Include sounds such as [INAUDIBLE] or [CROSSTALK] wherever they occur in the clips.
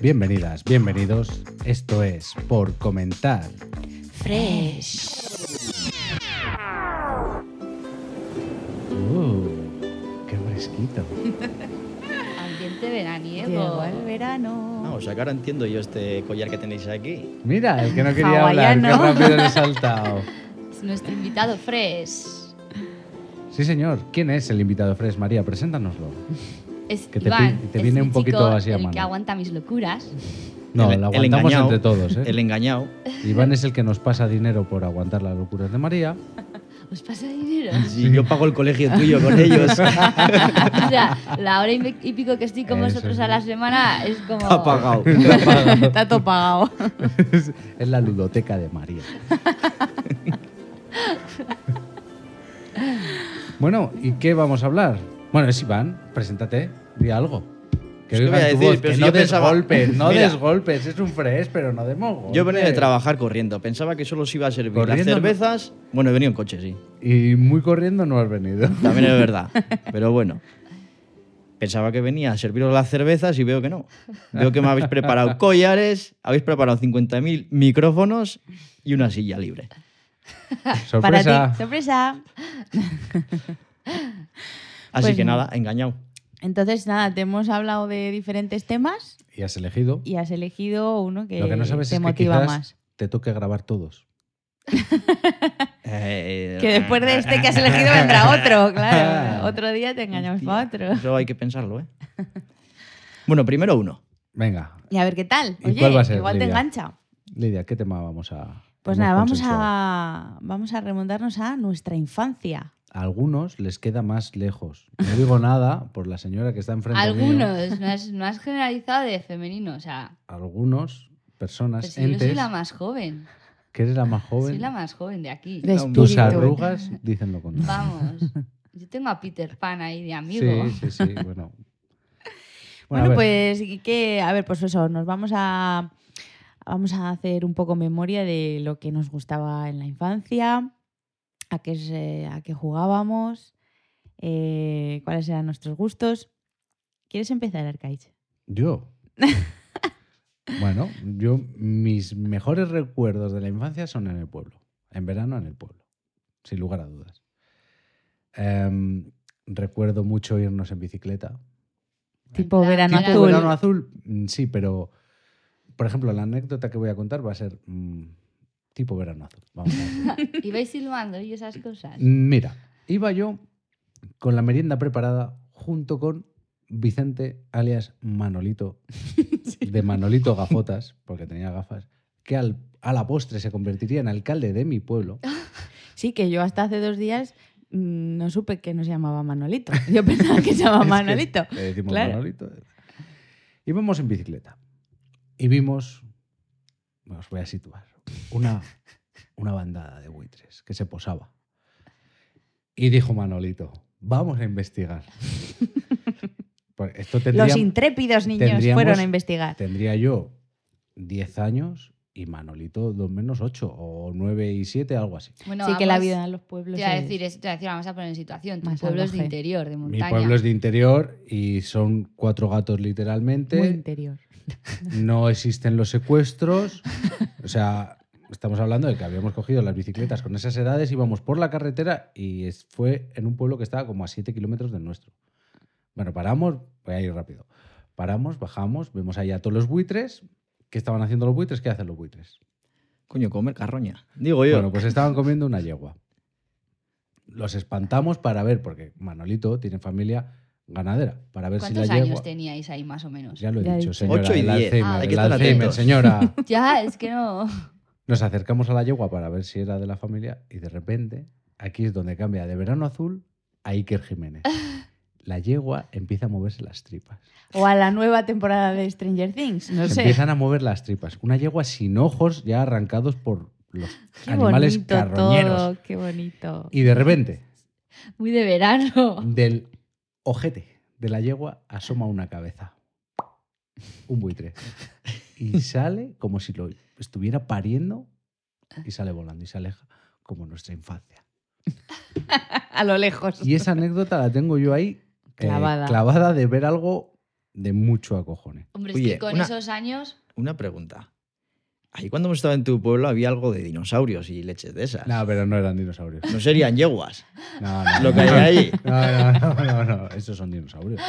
Bienvenidas, bienvenidos. Esto es Por Comentar. Fresh. Uh, ¡Qué fresquito! Ambiente Llegó veraniego. el verano. Ah, o sea que ahora entiendo yo este collar que tenéis aquí. Mira, el que no quería hablar, qué Hawaiano. rápido le he saltado. Es nuestro invitado Fresh. Sí, señor. ¿Quién es el invitado Fresh? María, preséntanoslo. Es Que te Iván, pi- te es viene mi un poquito chico, así a el mano. que aguanta mis locuras. No, El- lo el aguantamos engañado, entre todos, ¿eh? El engañado. Iván es el que nos pasa dinero por aguantar las locuras de María. ¿Os pasa dinero? [LAUGHS] Si yo pago el colegio tuyo [LAUGHS] con ellos. [LAUGHS] o sea, la hora y me- y pico que estoy con Eso vosotros es. a la semana es como... Ha pagado. [LAUGHS] Está todo pagado. es la ludoteca de María. bueno, ¿y qué vamos a hablar? Bueno, es Iván, preséntate, di algo. Que Es que oigan voy a tu decir, voz, pero que si no yo des pensaba- golpes, no [LAUGHS] Mira. des golpes, es un fresh, pero no demos golpes. Yo venía de trabajar corriendo. Pensaba que solo os iba a servir las Corriendo no. cervezas. Bueno, he venido en coche, sí. Y muy corriendo no has venido. [LAUGHS] También es verdad. Pero bueno. Pensaba que venía a serviros las cervezas y veo que no. Veo que me habéis preparado collares, habéis preparado 50.000 micrófonos y una silla libre. Sorpresa. Para ti. Sorpresa. Así Pues que no. nada, engañado. Entonces, nada, te hemos hablado de diferentes temas Y has elegido. y has elegido uno que, Lo que no sabes te es que motiva quizás más. te toque grabar todos. Eh, Que después de este que has elegido vendrá [LAUGHS] otro, claro. Otro día te engañamos para otro. Eso hay que pensarlo, ¿eh? [LAUGHS] Bueno, primero uno. Venga, Y a ver qué tal. ¿Y Oye, cuál va a ser, igual te Lidia? engancha. Lidia, ¿qué tema vamos a.? Pues hemos nada, vamos consensuado? a, vamos a remontarnos a nuestra infancia. A algunos les queda más lejos. No digo nada por la señora que está enfrente. mío. Algunos, no has, no has generalizado de femenino, o sea... Algunos, personas, Pues si yo entes, soy la más joven. que eres la más joven. Soy la más joven de aquí. De un- Tus espíritu. arrugas dicen lo contrario. [LAUGHS] Vamos. Yo tengo a Peter Pan ahí de amigo. Sí, sí, sí. [LAUGHS] Bueno, Bueno, a ver, pues y que, a ver, pues eso, nos vamos a vamos a hacer un poco memoria de lo que nos gustaba en la infancia, a qué, se- a qué jugábamos, eh, cuáles eran nuestros gustos. ¿Quieres empezar, Arcaiche? Yo. bueno, yo, mis mejores recuerdos de la infancia son en el pueblo. En verano, en el pueblo. Sin lugar a dudas. Em, recuerdo mucho irnos en bicicleta. Tipo plan, verano tipo Tipo azul. verano azul, mm, sí, pero por ejemplo, la anécdota que voy a contar va a ser mm, tipo verano azul. Vamos a decir. Y vais silbando y esas cosas. Mira, iba yo con la merienda preparada junto con Vicente, alias Manolito, de Manolito Gafotas, porque tenía gafas, que al- a la postre se convertiría en alcalde de mi pueblo. Sí, que yo hasta hace dos días mm, no supe que no se llamaba [LAUGHS] Manolito. Yo pensaba que se llamaba [LAUGHS] Es que Manolito. le decimos claro. Manolito. Íbamos en bicicleta y vimos, os voy a situar, [LAUGHS] una, una bandada de buitres que se posaba. Y dijo Manolito, vamos a [LAUGHS] investigar. Porque Esto tendría, Los intrépidos niños tendríamos- fueron a investigar. tendría yo 10 años y Manolito dos menos 8 o 9 y 7, algo así. Bueno, Así que la vamos- vida en los pueblos Te iba, a es- decir, eso, te iba a decir, vamos a poner en situación. Tu Más pueblo es de salvaje. interior, de montaña. Mi pueblo es de interior y son cuatro gatos literalmente. muy interior. no existen los secuestros. O sea, estamos hablando de que habíamos cogido las bicicletas con esas edades, íbamos por la carretera y es- fue en un pueblo que estaba como a 7 kilómetros del nuestro. Bueno, paramos, voy a ir rápido. Paramos, bajamos, vemos allá a todos los buitres. ¿Qué estaban haciendo los buitres? ¿Qué hacen los buitres? Coño, comer carroña. Digo yo. Bueno, pues estaban comiendo una yegua. Los espantamos para ver, porque Manolito tiene familia ganadera, para ver si la ¿Cuántos yegua... años teníais ahí más o menos? Ya, [LAUGHS] Ya lo he Ya he dicho, dicho. señora. Ocho y el diez. Alzheimer, Ah, hay que el estar Alzheimer, atentos. [LAUGHS] señora. es que no. Nos acercamos a la yegua para ver si era de la familia y de repente aquí es donde cambia de verano azul a Iker [LAUGHS] Jiménez. La yegua empieza a moverse las tripas. O a la nueva temporada de Stranger Things, no Se sé. empiezan a mover las tripas. Una yegua sin ojos ya arrancados por los Qué animales bonito carroñeros. todo, qué bonito. Y de repente, Muy de [LAUGHS] Oh. verano. del ojete de la yegua asoma una cabeza. Un buitre. [LAUGHS] Y sale como si lo estuviera pariendo y sale volando y se aleja como nuestra infancia. A lo lejos. Y esa anécdota la tengo yo ahí eh, Clavada. clavada de ver algo mm, de mucho a cojones. Hombre, es Oye, que con una- esos años. Una pregunta. Ahí cuando hemos estado en tu pueblo había algo de dinosaurios y leches de esas. No, pero no eran dinosaurios. No serían yeguas. No, no, Lo no, [LAUGHS] que hay no. ahí. No, no, no, no, no, esos son dinosaurios.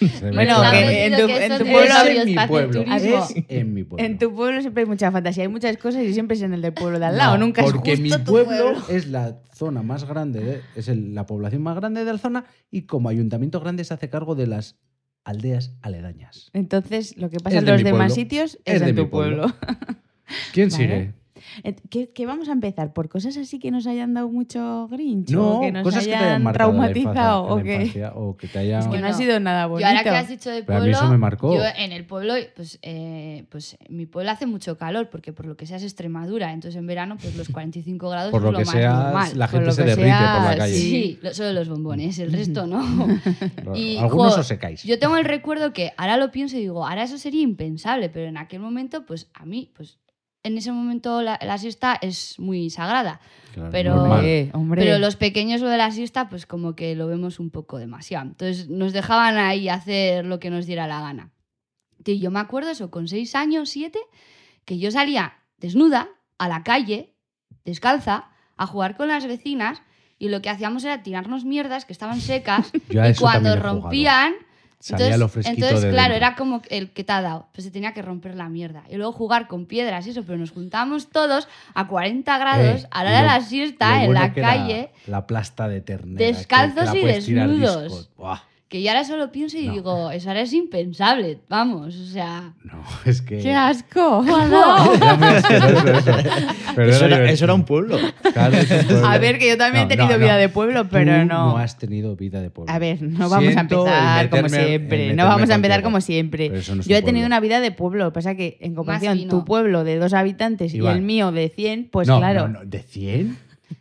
Se ve Bueno, claramente. que en metido tu- en son tu de pueblo- labios Es en mi para hacer pueblo. turismo. Es en mi pueblo. En tu pueblo siempre hay mucha fantasía, hay muchas cosas y siempre es en el del pueblo de al lado, No, nunca es porque justo mi tu pueblo, es la zona más grande, de- es el- la población más grande de la zona y como ayuntamiento grande se hace cargo de las aldeas aledañas. Entonces, lo que pasa Es en de los mi demás pueblo. sitios Es es, de en mi tu pueblo. ¿Quién Vale. sigue? Et- ¿Qué, qué vamos a empezar? ¿Por cosas así que nos hayan dado mucho grinch? No, ¿O que nos cosas que te hayan hayan marcado en la infancia- traumatizado? en la ¿O que, infancia, o que te hayan... [LAUGHS] es que no ha Bueno, sido nada Yo bonito. ahora que has dicho de Pero a pueblo, mí eso me marcó. yo en el pueblo, pues, eh, pues en mi pueblo hace mucho calor, porque por lo que sea es Extremadura, entonces en verano pues los 45 grados Por es lo lo, que más sea, normal. la por gente lo se que derrite por la sea, calle. Sí, lo- solo los bombones, el resto no. [LAUGHS] Y, Algunos jo, os secáis. Yo tengo el recuerdo que ahora lo pienso y digo, ahora eso sería impensable, pero en aquel momento, pues a mí, pues en ese momento la, la siesta es muy sagrada. Claro, pero- normal. Hombre, hombre. Pero los pequeños lo de la siesta, pues como que lo vemos un poco demasiado. Entonces nos dejaban ahí hacer lo que nos diera la gana. Tío, yo me acuerdo eso, con seis años, siete, que yo salía desnuda a la calle, descalza, a jugar con las vecinas y lo que hacíamos era tirarnos mierdas que estaban secas Yo a [LAUGHS] y eso cuando también he jugado. rompían... Salía lo fresquito entonces, de claro, dentro. era como el que te ha dado. Pues se tenía que romper la mierda. Y luego jugar con piedras y eso, pero nos juntábamos todos a 40 grados Eh, a la hora y lo- de la lo siesta en bueno la que era calle. La plasta de ternera. que- Descalzos que la y puedes tirar desnudos. discos. Buah, Que yo ahora solo pienso y No. digo, eso ahora es impensable, vamos, o sea... No, [LAUGHS] es que. ¡Qué asco! Era muy asqueroso eso. Pero Eso era, divertido. eso era [LAUGHS] un pueblo. Claro, es un pueblo. A ver, que yo también No, he tenido no, vida no. de pueblo, pero Tú no. No has tenido vida de pueblo. A ver, no vamos Siento el a empezar como meterme- el siempre. meterme No vamos a empezar contigo. como siempre. Pero eso no es Yo un he tenido pueblo. una vida de pueblo. Pasa que en comparación, fino. tu pueblo de dos habitantes Iván. y el mío de 100, pues No, claro. no, no, ¿De 100? [LAUGHS]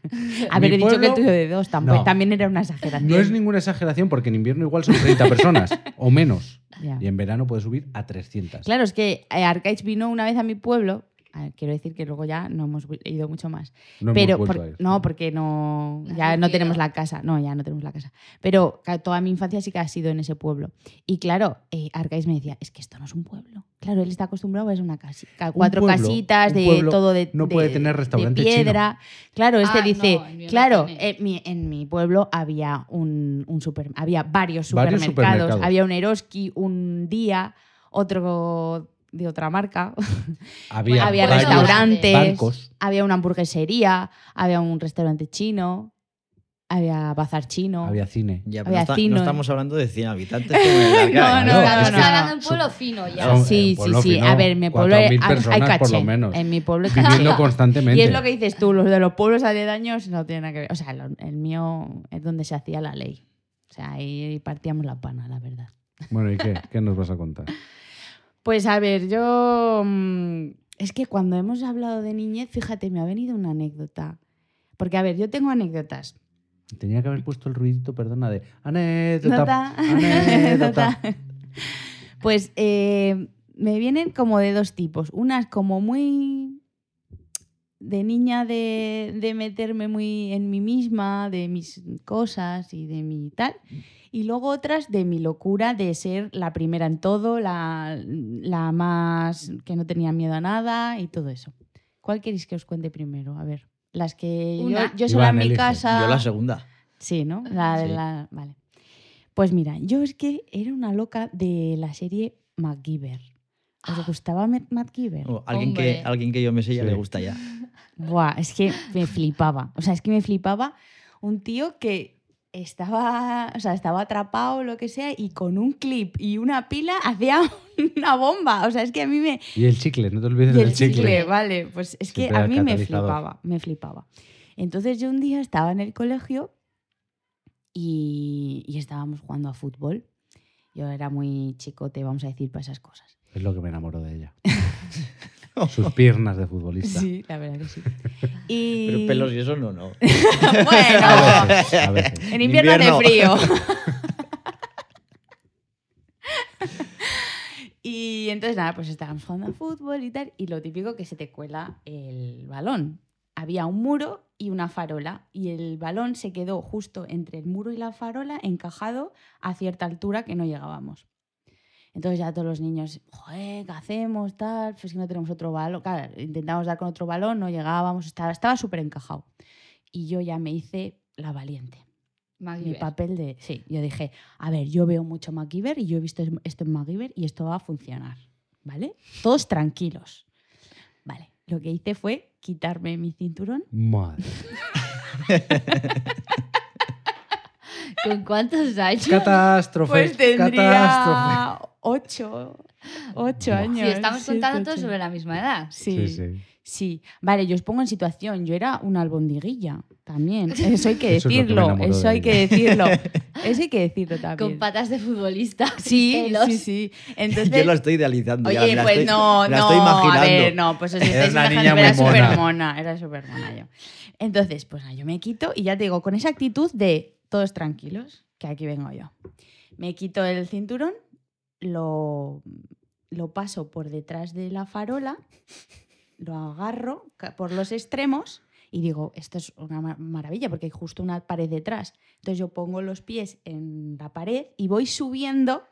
A ver, Mi he dicho que el pueblo- tuyo de dos tampoco, No. también era una exageración. No es ninguna exageración porque en invierno igual son 30 personas o menos. [LAUGHS] Ya. Y en verano puede subir a 300. Claro, es que eh, Arcaich vino una vez a mi pueblo. A ver, quiero decir que luego ya no hemos vu- ido mucho más. No hemos pero vuelto por- a ir. no, porque no Has ya no vivido. tenemos la casa. No, ya no tenemos la casa. Pero ca- toda mi infancia sí que ha sido en ese pueblo. Y claro, eh, Arcais me decía, es que esto no es un pueblo. Claro, él está acostumbrado a es una casita, cuatro pueblo, casitas un de pueblo todo de no de- puede tener de restaurante piedra. Claro, este Ah, dice, no, el mío lo claro, tiene. en mi, en mi pueblo había un, un super- había varios Varios supermercados, supermercados. había un Eroski, un día, otro de otra marca, Había, había varios restaurantes, Bancos. había una hamburguesería, había un restaurante chino, había bazar chino. Había [LAUGHS] cine. Ya, Había pero no, está- no cino. estamos hablando de 100 habitantes como en [LAUGHS] el No, Arcade. claro, no, no, estamos no. hablando de un pueblo fino ya. Son- Sí, eh, sí, pueblo sí. fino, a ver, en mi pueblo 4.000 hay- hay personas, caché. por lo menos. En mi pueblo hay Viviendo caché. constantemente. Y es lo que dices tú, los de los pueblos aledaños no tiene nada que ver. O sea, lo- el mío es donde se hacía la ley. O sea, ahí partíamos la pana, la verdad. Bueno, ¿y qué? ¿Qué nos vas a contar? Pues a ver, yo... mm, Es que cuando hemos hablado de niñez, fíjate, me ha venido una anécdota. Porque, a ver, yo tengo anécdotas. Tenía que haber puesto el ruidito, perdona, de anécdota. Nota. [LAUGHS] Anécdota. Nota. Pues eh, me vienen como de dos tipos. Unas como muy de niña de, de meterme muy en mí misma, de mis cosas y de mi tal. Y luego otras de mi locura de ser la primera en todo, la, la más que no tenía miedo a nada y todo eso. ¿Cuál queréis que os cuente primero? A ver, las que yo, Una. yo sola Iván, en mi elige. casa... Yo la segunda. Sí, ¿no? La de Sí. la- Vale. Pues mira, yo es que era una loca de la serie MacGyver. ¿Os gustaba Ma- MacGyver? O alguien, que, Hombre. alguien que yo me sé ya Sí. le gusta ya. Buah, es que me flipaba. O sea, es que me flipaba un tío que estaba, o sea, estaba atrapado o lo que sea y con un clip y una pila hacía [LAUGHS] una bomba. O sea, es que a mí me, Y el chicle, no te olvides Y del el chicle. chicle. vale. Pues es que Siempre a al mí me catalizador. flipaba, me flipaba. Entonces yo un día estaba en el colegio y, y estábamos jugando a fútbol. Yo era muy chicote, vamos a decir, para esas cosas. Es lo que me enamoró de [LAUGHS] ella. Sus piernas de futbolista. la verdad que sí. Y... [LAUGHS] [LAUGHS] Pero pelos y eso no, no. A bueno, veces, a veces. [LAUGHS] en invierno, Invierno. hace frío. y entonces nada, pues estábamos jugando a fútbol y tal, y lo típico que se te cuela el balón. Había un muro y una farola, y el balón se quedó justo entre el muro y la farola, encajado a cierta altura que no llegábamos. Entonces ya todos los niños, joder, ¿qué hacemos? Tal, pues que no tenemos otro balón. Claro, intentamos dar con otro balón, no llegábamos, estaba estaba súper encajado. Y yo ya me hice la valiente. Mi MacGyver. papel de... Sí, yo dije, a ver, yo veo mucho MacGyver y yo he visto es- esto en MacGyver y esto va a funcionar, ¿vale? Todos tranquilos. Vale, lo que hice fue quitarme mi cinturón. Madre. ¿Con cuántos años? Catástrofe. Pues Catástrofe. tendría ocho, ocho Buah. Sí, años. estamos siete, contando ocho. todos sobre la misma edad. Sí, sí, Vale, yo os pongo en situación. Yo era una albondiguilla [LAUGHS] también. Eso hay que Eso es lo que me decirlo. enamoró de Eso hay ella. que [LAUGHS] decirlo. Eso hay que decirlo Con también. patas de futbolista. [LAUGHS] Sí, pelos. sí, sí. Yo [LAUGHS] Entonces, lo estoy idealizando. ya, Oye, me la pues estoy- no, me la no, estoy imaginando. a ver, no, pues os Era estáis una niña imaginando, muy era mona. súper mona, era súper mona yo. Entonces, pues nada, yo me quito y ya te digo, con esa actitud de todos tranquilos, que aquí vengo yo. Me quito el cinturón, lo, lo paso por detrás de la farola, lo agarro ca- por los extremos y digo, esto es una ma- maravilla porque hay justo una pared detrás. Entonces yo pongo los pies en la pared y voy subiendo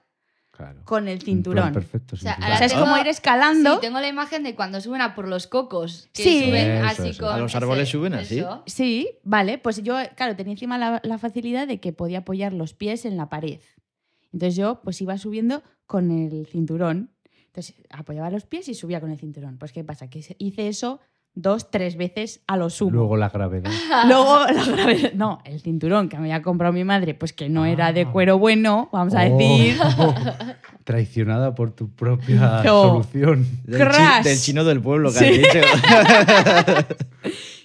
Claro. con el Un plan cinturón. Perfecto. O sea, sin ahora plan. O sea, es Tengo- como ir escalando. Sí, tengo la imagen de cuando suben a por los cocos. Que Sí. suben Eso, así eso. con A los ese- árboles suben así. eso. Sí, vale, pues yo, claro, tenía encima la, la facilidad de que podía apoyar los pies en la pared. Entonces yo pues iba subiendo con el cinturón. Entonces apoyaba los pies y subía con el cinturón. Pues ¿qué pasa? Que se- hice eso dos, tres veces a lo sumo. Luego la gravedad. [LAUGHS] Luego, la grave- no, el cinturón que me había comprado mi madre, pues que no era de Ah. cuero bueno, vamos a Oh, decir. traicionada por tu propia [LAUGHS] No. solución. Del, chi- Crash. del chino del pueblo que Sí. has [LAUGHS] dicho.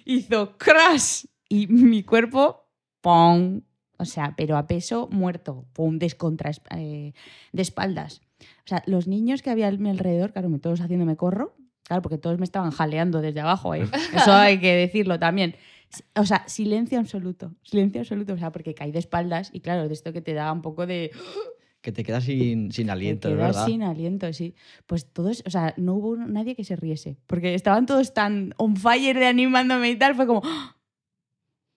hizo crash y mi cuerpo, ¡pum! O sea, pero a peso muerto, ¡pum! Descontra, eh, de espaldas. O sea, los niños que había a mi alrededor, claro, me- todos haciéndome corro, claro, porque todos me estaban jaleando desde abajo, ¿eh? eso hay que decirlo también. O sea, silencio absoluto, silencio absoluto, o sea, porque caí de espaldas y claro, de esto que te da un poco de... que te quedas sin, sin aliento, Te es quedas verdad. sin aliento, sí. Pues todos, o sea, no hubo nadie que se riese, porque estaban todos tan on fire de animándome y tal, fue como... ¡Ah!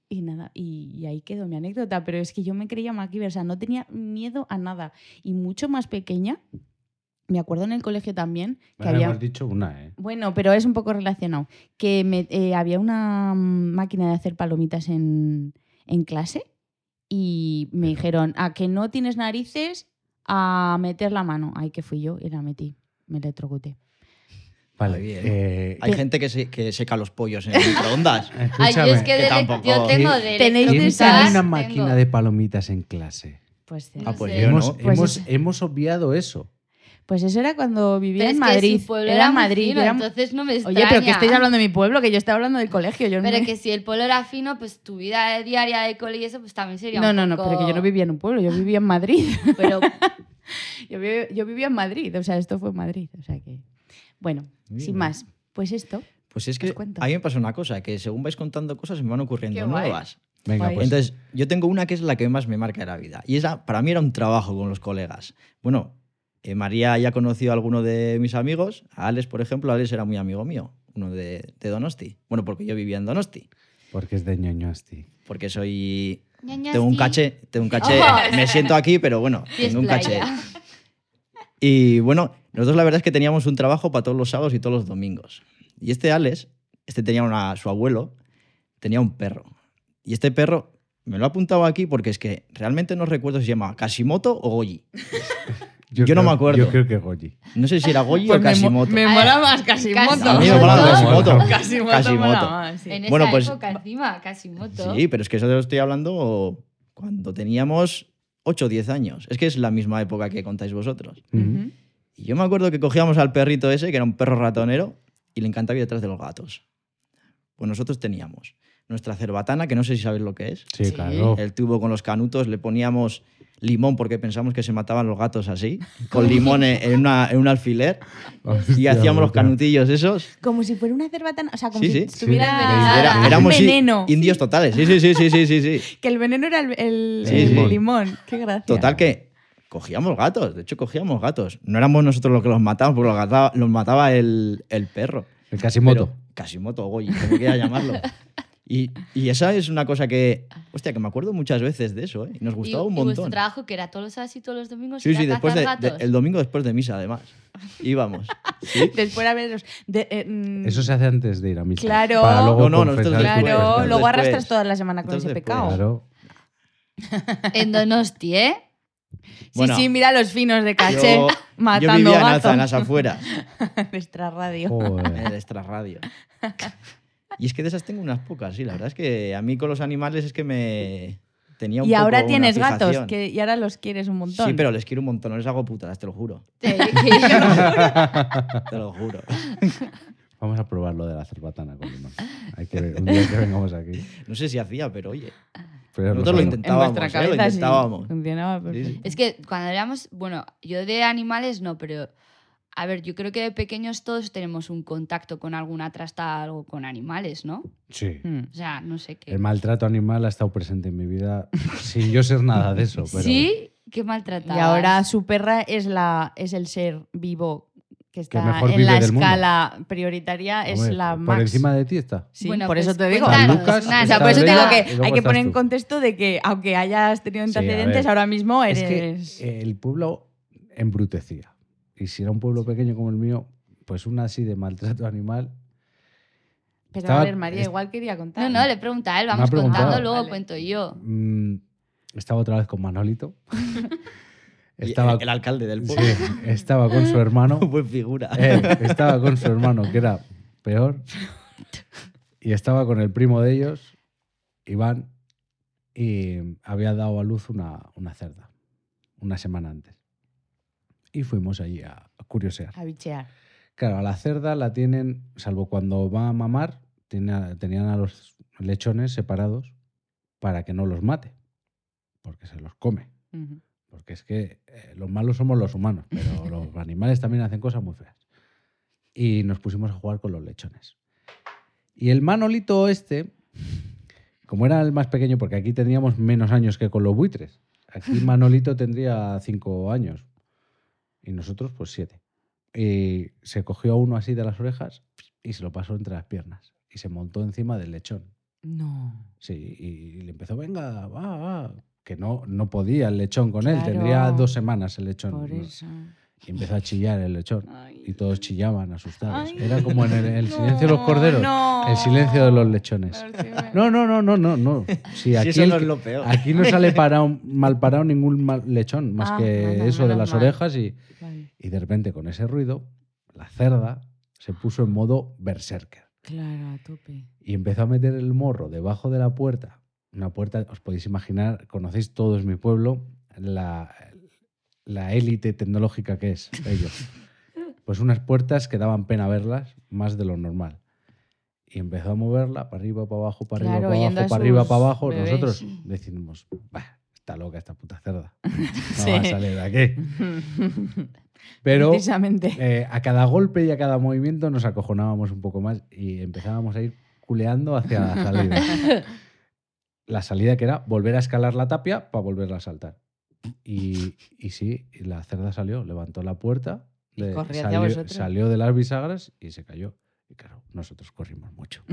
Y nada, y, y ahí quedó mi anécdota, pero es que yo me creía MacGyver, o sea, no tenía miedo a nada. Y mucho más pequeña, me acuerdo en el colegio también, que Bueno, había... hemos dicho una, ¿eh? Bueno, pero es un poco relacionado. Que me- eh, había una mm, máquina de hacer palomitas en, en clase y me dijeron, a que no tienes narices, a meter la mano. Ahí que fui yo y la metí, me electrocuté. Vale. Muy bien. eh, Hay gente que, se, que seca los pollos en el [LAUGHS] microondas. Ay, yo escúchame. es que, Que de- tampoco- yo tengo ¿Quién- de tenéis ¿Quién Entonces, sabe ah, una máquina de palomitas en clase? Pues, No Ah, pues sé. yo no. hemos, Pues hemos, es- hemos obviado eso. pues eso era cuando vivía Pero en es que Madrid. su pueblo era muy Madrid. fino, era- entonces no me extraña. Oye, pero que estáis hablando de mi pueblo, que yo estaba hablando del colegio. Yo no Pero me- que si el pueblo era fino, pues tu vida diaria de cole y eso, pues también sería No, un no, no, poco- pero que yo no vivía en un pueblo, yo vivía [LAUGHS] en Madrid. [LAUGHS] Pero Yo, vi- yo vivía en Madrid, o sea, esto fue en Madrid. O sea que. Bueno, Muy sin bien. más, pues esto. Pues es Os que cuento. a mí me pasa una cosa, que según vais contando cosas me van ocurriendo Qué guay. nuevas. Venga, Guay. pues. Entonces, yo tengo una que es la que más me marca de la vida. Y esa, para mí, era un trabajo con los colegas. Bueno, eh, María ya ha conocido a alguno de mis amigos. A Alex, por ejemplo, Alex era muy amigo mío, uno de, de Donosti. Bueno, porque yo vivía en Donosti. porque es de ñoño asti. Porque soy. Ñaña, Tengo un sí. caché, tengo un caché. Ojo. Me siento aquí, pero bueno, Sí, es tengo un caché. playa. Y bueno, nosotros la verdad es que teníamos un trabajo para todos los sábados y todos los domingos. Y este Alex, este tenía una, su abuelo, tenía un perro. Y este perro, me lo he apuntado aquí porque es que realmente no recuerdo si se llamaba Kasimoto o Goyi. Yo no creo- me acuerdo. Yo creo que Goyi. No sé si era Goyi Pues o Pues Kasimoto. Ah, eh, mola más Casimoto. Casimoto. A [LAUGHS] mí me molaba Kasimoto. Kasimoto. Casimoto. Kasimoto. En Bueno, esa pues- época encima, Casimoto. Sí, pero es que eso te lo estoy hablando cuando teníamos 8 o 10 años. Es que es la misma época que contáis vosotros. Ujú. Y yo me acuerdo que cogíamos al perrito ese, que era un perro ratonero, y le encantaba ir detrás de los gatos. Pues nosotros teníamos nuestra cerbatana, que no sé si sabéis lo que es. Oh. Sí, Sí. claro. El tubo con los canutos, le poníamos limón porque pensamos que se mataban los gatos así, [LAUGHS] con limón en, una- en un alfiler, y Hostia, hacíamos los puta. canutillos esos. Como si fuera una cerbatana, o sea, como Sí, si sí. estuviera Sí, Era- Ah, éramos i- veneno. indios totales, sí, sí, sí, sí, sí, sí. sí. Que el veneno era el, el- Sí, el sí. limón. Qué gracia. Total que cogíamos gatos, de hecho cogíamos gatos. No éramos nosotros los que los matábamos, porque los, gata- los mataba el- el perro. El Casimoto. Pero- Kasimoto o Goyi, como quiera llamarlo. Y, y esa es una cosa que, hostia, que me acuerdo muchas veces de eso, ¿eh? Y nos Y- gustaba un Y vuestro montón. trabajo, que era todos los sábados y todos los domingos, Sí, ir a sí, después de, cazar de- gatos. el domingo después de misa, además. Íbamos. Después haberos. de- eh, mm, Eso se hace antes de ir a misa. Claro. Para luego No, no, nosotros confesar tus después, Claro, pecados. luego después. arrastras toda la semana con Entonces pues, ese después. pecado. Claro. [LAUGHS] En Donosti, ¿eh? Bueno. sí, sí, mira los finos de [LAUGHS] caché Yo, yo matando vivía en gatos. Alza, en [LAUGHS] las afueras, Nuestra radio. en [LAUGHS] Joder. el extrarradio. Y es que de esas tengo unas pocas, sí. La verdad es que a mí con los animales es que me tenía un Y poco ahora una tienes gatos fijación. que, y ahora los quieres un montón. Sí, pero les quiero un montón, no les hago putas, te lo juro. Te- que yo no- Te [LAUGHS] lo juro. Vamos a probar lo de la cerbatana con limón. Hay que ver, un día que vengamos aquí. No sé si hacía, pero oye. Pero Nosotros lo sabremos. intentamos. en vuestra intentábamos, ¿eh? Lo cabeza sí, intentábamos. funcionaba Sí, sí. perfecto. Es que cuando éramos, bueno, yo de animales no, pero a ver, yo creo que de pequeños todos tenemos un contacto con alguna trasta algo con animales, ¿no? Sí. Mm. O sea, no sé qué. El maltrato animal ha estado presente en mi vida sin yo ser nada de eso. Pero Sí, qué maltratado. Y ahora su perra es, la, es el ser vivo que está mejor en vive la del mundo. escala prioritaria, es Hombre, la por Max. encima de ti está. Sí, Bueno, por eso pues te digo. cuéntanos, o Lucas, una- sea, por eso te Andrea, digo y que luego hay que estás poner en tú. contexto de que aunque hayas tenido Sí, a antecedentes, ver. ahora mismo eres... Es que eh, el pueblo embrutecía. Y si era un pueblo pequeño como el mío, pues una así de maltrato animal. Pero estaba- a ver, María, es- igual quería contar. No, no, le pregunta a él, Me ha vamos preguntado. contando, luego Vale. cuento yo. mm, estaba otra vez con [LAUGHS] Manolito. Y estaba, el, el alcalde del pueblo. [LAUGHS] sí, estaba con su hermano. Buen figura. Eh, estaba con su hermano, que era peor. Y estaba con el primo de ellos, Iván, y había dado a luz una, una cerda, una semana antes. Y fuimos allí a, a curiosear. A bichear. Claro, a la cerda la tienen, salvo cuando va a mamar, tiene a- tenían a los lechones separados para que no los mate, porque se los come. Ujú. Porque es que eh, los malos somos los humanos, pero los animales también hacen cosas muy feas. Y nos pusimos a jugar con los lechones. Y el manolito este, como era el más pequeño, porque aquí teníamos menos años que con los buitres. Aquí Manolito tendría cinco años y nosotros pues siete. Y se cogió a uno así de las orejas y se lo pasó entre las piernas. Y se montó encima del lechón. No. Sí, y le empezó, venga, va, va. Que no, no podía el lechón con él, Claro. tendría dos semanas el lechón. Por ¿no? eso. Y empezó a chillar el lechón. Y Ay. todos chillaban asustados. Ay. Era como en el, [LAUGHS] el silencio de los No, corderos. no. El silencio de los lechones. No, no, no, no, no, [LAUGHS] no. Sí, Si aquí, eso el no es que- [LAUGHS] lo peor. aquí no [LAUGHS] sale parado, mal parado ningún mal- lechón, más Ah, que menos- eso de menos las mal. orejas. Y, Vale, y de repente, con ese ruido, la cerda se puso en modo berserker Claro, a tope. y empezó a meter el morro debajo de la puerta. Una puerta, os podéis imaginar, conocéis todos mi pueblo, la, la élite tecnológica que es [LAUGHS] ellos. Pues unas puertas que daban pena verlas, más de lo normal. Y empezó a moverla para arriba, para abajo, para Claro, arriba, para oyendo abajo, a para arriba, sus para abajo. bebés. Nosotros decimos, "Bah, está loca esta puta [LAUGHS] cerda. No Sí. va a salir de [LAUGHS] aquí. Pero Precisamente. eh, a cada golpe y a cada movimiento nos acojonábamos un poco más y empezábamos a ir culeando hacia la [LAUGHS] salida. la salida que era volver a escalar la tapia para volverla a saltar. Y, y sí, y la cerda salió, levantó la puerta, Y le- corrió hacia salió, vosotros. salió de las bisagras y se cayó. Y claro, nosotros corrimos mucho.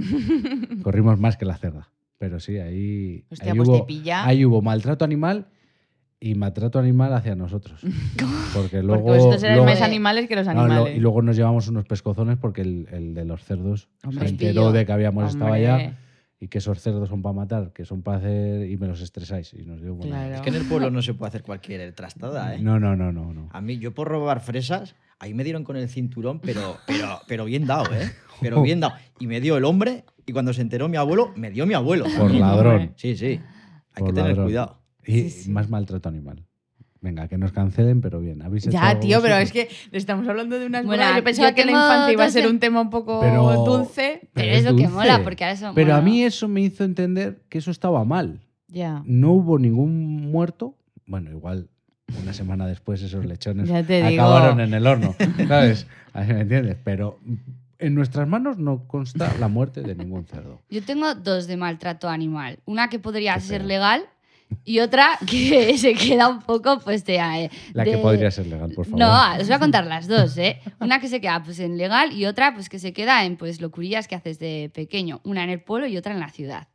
corrimos más que la cerda. Pero sí, ahí, Hostia, ahí pues te hubo, pilla. ahí hubo maltrato animal y maltrato animal hacia [LAUGHS] nosotros. Porque luego... porque vosotros erais luego- más animales que los no, animales. lo- y luego nos llevamos unos pescozones porque el, el de los cerdos Hombre, se pillo. enteró de que habíamos estado Hombre, allá y que esos cerdos son para matar, que son para hacer y me los estresáis. Y nos dio buena- Claro. Es que en el pueblo no se puede hacer cualquier trastada, ¿eh? No, no, no, no. Ah, no. A mí, yo por robar fresas, ahí me dieron con el cinturón, pero, pero, pero bien dado, ¿eh? Pero bien dado. Y me dio el hombre, y cuando se enteró mi abuelo, me dio mi abuelo. Por también. ladrón. Sí, sí. Hay Por que tener ladrón. cuidado. Y Sí, sí. más maltrato animal. Venga, que nos cancelen, pero bien. ¿Habéis hecho Ya, algo tío, pero vosotros? es que le estamos hablando de unas Bueno, bodas. Yo pensaba yo que la tengo infancia iba a ser doce- un tema un poco Pero- dulce. Pero es lo que dulce. mola, porque ahora son- Pero a bueno. mí eso me hizo entender que eso estaba mal. Ya. No hubo ningún muerto. Bueno, igual una semana después esos lechones Ya te digo. acabaron en el horno, ¿sabes? [LAUGHS] Así me entiendes. Pero en nuestras manos no consta la muerte de ningún cerdo. Yo tengo dos de maltrato animal. Una que podría Qué ser feo. legal y otra [LAUGHS] que se queda un poco, pues, de... eh, La que de- podría ser legal, por favor. No, os voy a contar las dos, ¿eh? Una que se queda pues, en legal y otra pues, que se queda en pues, locurillas que haces de pequeño. Una en el pueblo y otra en la ciudad.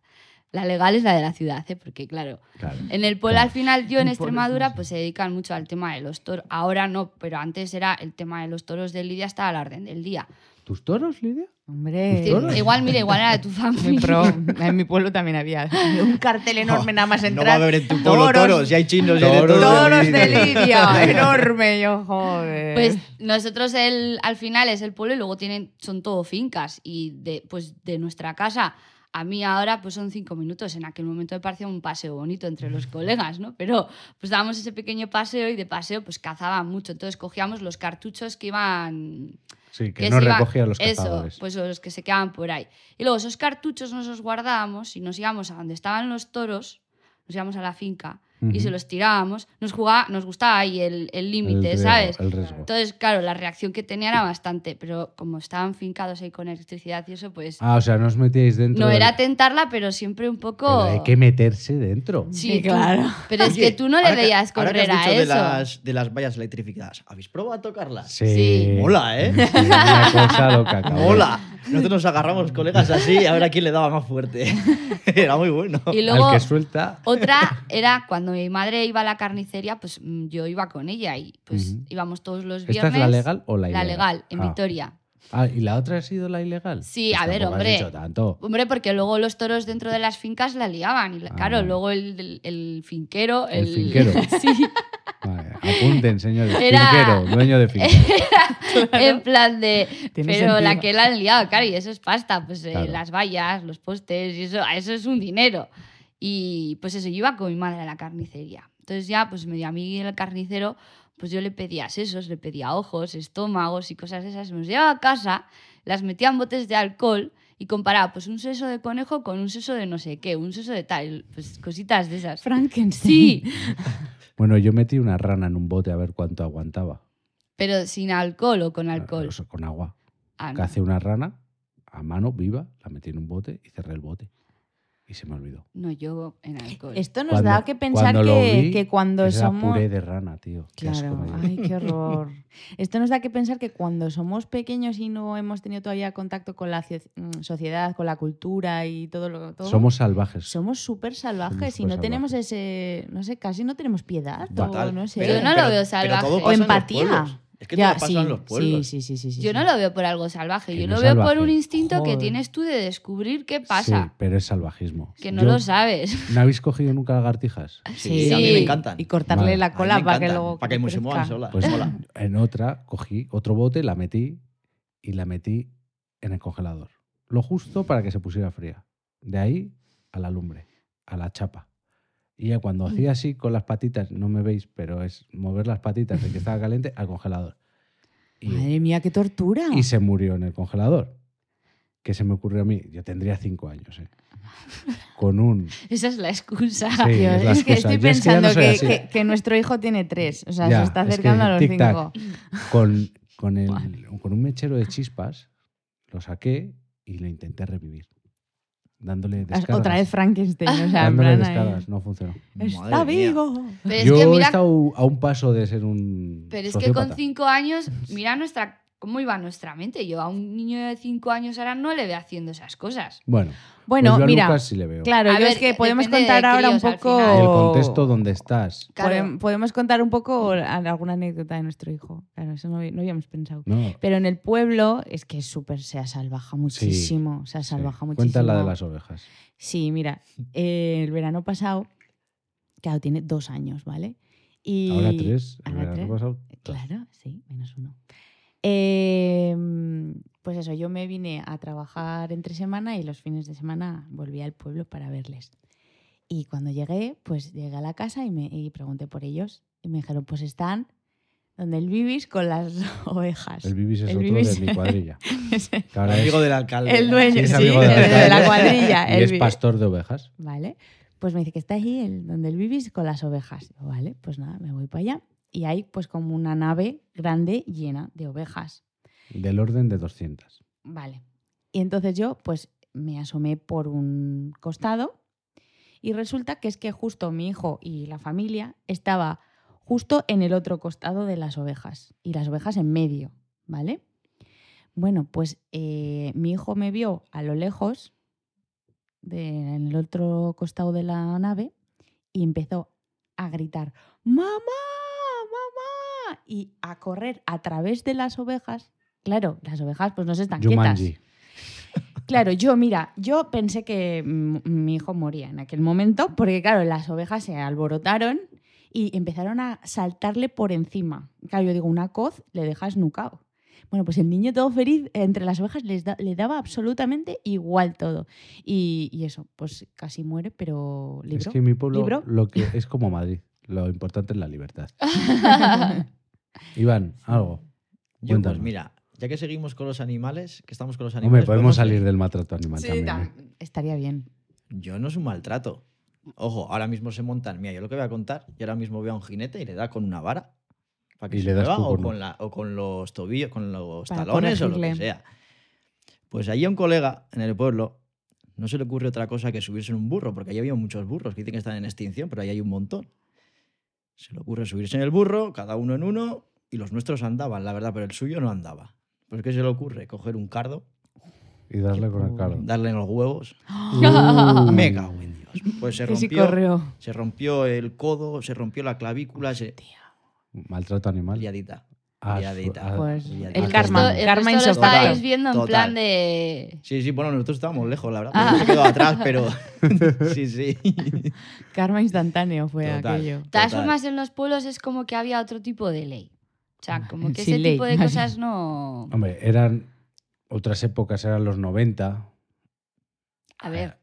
La legal es la de la ciudad, ¿eh? Porque, claro, Claro. en el pueblo Claro. al final, yo en El pueblo es Extremadura, más- pues se dedican mucho al tema de los toros. Ahora no, pero antes era el tema de los toros de Lidia, estaba la orden del día. ¿Tus toros, Lidia? Hombre. ¿Toros? Eh, Igual, mira, igual era de tu Muy familia. pro. En mi pueblo también había [LAUGHS] un cartel enorme nada más No entrar. va a haber en tu pueblo toros, y hay chinos y hay de Toros. todo. Toros de de [LAUGHS] Lidia, enorme, yo joder. Pues [LAUGHS] nosotros el, al final es el pueblo y luego tienen, son todo fincas. Y de, pues de nuestra casa a mí ahora pues son cinco minutos. En aquel momento me parecía un paseo bonito entre los colegas, ¿no? Pero pues dábamos ese pequeño paseo y de paseo pues cazaban mucho. Entonces cogíamos los cartuchos que iban... Sí, que, que no se iban- recogía los Eso, cazadores. pues los que se quedaban por ahí. Y luego esos cartuchos nos los guardábamos y nos íbamos a donde estaban los toros, nos íbamos a la finca Ujú. y se los tirábamos. Nos, jugaba, nos gustaba ahí el- el El límite, riesgo, ¿sabes? El riesgo. Entonces, claro, la reacción que tenía era bastante, pero como estaban fincados ahí con electricidad y eso, pues Ah, o sea, no os metíais dentro. no del- era tentarla, pero siempre un Pero poco... hay que meterse dentro. Sí, Sí, tú- claro. Pero es Oye, que tú no le ahora que- veías ahora que correr has a eso. dicho De las, de las vallas electrificadas. ¿Habéis probado a tocarlas? Sí. Sí. Mola, ¿eh? Sí, una cosa [LAUGHS] loca, cabrón. Mola. Nosotros nos agarramos colegas así a ver a quién le daba más fuerte. [LAUGHS] Era muy bueno. Y luego Al que suelta. otra era cuando mi madre iba a la carnicería, pues mm, yo iba con ella y pues Ujú. íbamos todos los ¿Esta viernes. es la legal o la La ilegal? legal, en Ah. Vitoria. Ah, ¿y la otra ha sido la ilegal? Pues Sí, a ver, tampoco has hombre. hecho tanto. Hombre, porque luego los toros dentro de las fincas la liaban. Y la- claro, Ah. luego el, el- el finquero. El finquero. Sí. Vale, apunten, señores. Era- Finquero, dueño de finquero. En plan de. Tiene pero la sentido. que la han liado, claro, y eso es pasta, pues eh, Claro. las vallas, los postes, y eso, eso es un dinero. Y pues eso, yo iba con mi madre a la carnicería. Entonces ya, pues medio a mí el carnicero, pues yo le pedía sesos, le pedía ojos, estómagos y cosas esas. Me los llevaba a casa, las metía en botes de alcohol y comparaba pues un seso de conejo con un seso de no sé qué, un seso de tal, pues cositas de esas. Sí, Frankenstein. Bueno, yo metí una rana en un bote a ver cuánto aguantaba. pero sin alcohol o con alcohol. Eso, Con agua. Ah, no. Cacé una rana a mano, viva, la metí en un bote y cerré el bote. Y se me olvidó. No, yo en alcohol. Esto nos Cuando- da que pensar cuando lo que, vi, que cuando Ese era somos. puré de rana, tío. Qué asco Claro, me dio. ay, [LAUGHS] qué horror. Esto nos da que pensar que cuando somos pequeños y no hemos tenido todavía contacto con la cio- mm, sociedad, con la cultura y todo lo todo, Somos salvajes. somos súper salvajes Somos y no supersalvajes. tenemos ese, no sé, casi no tenemos piedad Fatal. o no sé. Pero Yo no lo veo salvaje. todo O pasa este en los empatía. pueblos. Es que Ya, todo pasa sí, en los pueblos. Sí, sí, sí, sí, Yo sí. no lo veo por algo salvaje, Que yo no lo es veo salvaje. por un instinto Joder. que tienes tú de descubrir qué Sí, pasa, pero es salvajismo. que no Yo- lo sabes. [LAUGHS] ¿No habéis cogido nunca lagartijas? Sí, a mí me encantan. Y cortarle Vale. la cola para que luego Para que se muevan crezca. solas. Pues Mola. [LAUGHS] en otra cogí otro bote, la metí y la metí en el congelador. Lo justo para que se pusiera fría. De ahí a la lumbre, a la chapa. Y ya cuando hacía así con las patitas, no me veis, pero es mover las patitas de que estaba caliente al congelador. Y, Madre mía, qué tortura. y se murió en el congelador. Que se me ocurrió a mí, yo tendría cinco años, ¿eh? Con un... sí, Esa es la excusa. Tío, es, la es que excusa. estoy Yo es que ya no pensando soy que, así. que- que nuestro hijo tiene tres, o sea, Ya, se está es que acercando a los tic-tac. cinco. con, con, el- Madre. con un mechero de chispas, lo saqué y lo intenté revivir. Dándole descargas. Ah, Otra vez Frankenstein, o sea, en Dándole plan ahí. descargas, no funcionó. Está Madre mía. vivo. Pero es Yo que he mira, estado a un paso de ser un. pero es que sociópata. con cinco años, mira nuestra cómo iba nuestra mente. Yo a un niño de cinco años ahora no le veo haciendo esas cosas. Bueno, Bueno, pues yo a mira, Lucas sí le veo. claro, A yo ver, eh, es que podemos depende de contar ahora un críos al poco... final. El contexto donde estás. Claro. Podem- Podemos contar un poco alguna anécdota de nuestro hijo. Claro, eso no, no habíamos pensado. No, Pero en el pueblo es que es súper se asalvaja muchísimo, se sí. asalvaja muchísimo. Cuenta la de las ovejas. Sí, mira, eh, el verano pasado, claro, tiene dos años, ¿vale? Y Ahora tres. el ahora verano tres. pasado, dos. Claro, sí, menos uno. Eh, pues eso, yo me vine a trabajar entre semana y los fines de semana volví al pueblo para verles. Y cuando llegué, pues llegué a la casa y, me, y pregunté por ellos. Y me dijeron, pues están donde el vivis con las [LAUGHS] ovejas. El Bibis es El otro Bibis. de mi [LAUGHS] cuadrilla. Es el- que ahora [LAUGHS] Amigo es- del alcalde. el dueño, Sí, es sí, amigo de el la de cuadrilla. la cuadrilla. y el es vi- pastor de ovejas. Vale. Pues me dice que está ahí el, donde el vivis con las ovejas. Digo, vale, pues nada, me voy para allá. Y hay pues como una nave grande llena de ovejas. Del orden de 200. Vale. Y entonces yo pues me asomé por un costado Y resulta que es que justo mi hijo y la familia estaba justo en el otro costado de las ovejas y las ovejas en medio, ¿vale? Bueno, pues eh, mi hijo me vio a lo lejos, de- en el otro costado de la nave, y empezó a gritar, ¡Mamá! ¡Mamá! Y a correr a través de las ovejas. Claro, las ovejas pues no se están quietas. Jumanji. Claro, yo, mira, yo pensé que mm, mi hijo moría en aquel momento, porque claro, las ovejas se alborotaron y empezaron a saltarle por encima. Claro, yo digo, una coz le dejas nucao. Bueno, pues el niño todo feliz eh, entre las ovejas les da- le daba absolutamente igual todo. Y, y eso, pues casi muere, pero libró. Es [LAUGHS] que en mi pueblo ¿Libro? lo que es como Madrid. Lo importante es la libertad. Ah. Iván, algo. Yo, pues Cuéntanos. mira, ya que seguimos con los animales, que estamos con los animales. Hombre, podemos podemos- salir del maltrato animal también. ¿eh? Estaría bien. Yo no es un maltrato. Ojo, ahora mismo se montan. Mira, yo lo que voy a contar, yo ahora mismo veo a un jinete y le da con una vara. Para que Y se le das mueva, tú o, con- con la- o con los tobillos, con los Para talones o lo que corregirle. sea. Pues allí a un colega en el pueblo no se le ocurre otra cosa que subirse en un burro, porque allí había muchos burros que dicen que están en extinción, pero ahí hay un montón. Se le ocurre subirse en el burro, cada uno en uno, y los nuestros andaban, la verdad, pero el suyo no andaba. Pues ¿qué se le ocurre? Coger un cardo, Y darle con el pobre. carro. darle en los huevos. [LAUGHS] Uh. [LAUGHS] Me cago en Dios. Pues se Ah. Que sí rompió. corrió. Se rompió el codo, se rompió la clavícula, se... Uh, Maltrato animal. Liadita. Ah, liadita. ah, Pues ya el está. karma, Esto- el karma resto lo insoportable. estáis viendo en Total. plan de... Sí, sí, bueno, nosotros estábamos lejos, la verdad. Ah. porque Se quedó atrás, [LAUGHS] pero... sí, sí. Karma instantáneo fue Total. aquello. De todas Total. formas, en los pueblos es como que había otro tipo de ley. O sea, como [LAUGHS] que Sin ese ley, tipo de más cosas no... Hombre, eran otras épocas, eran los 90. A ver,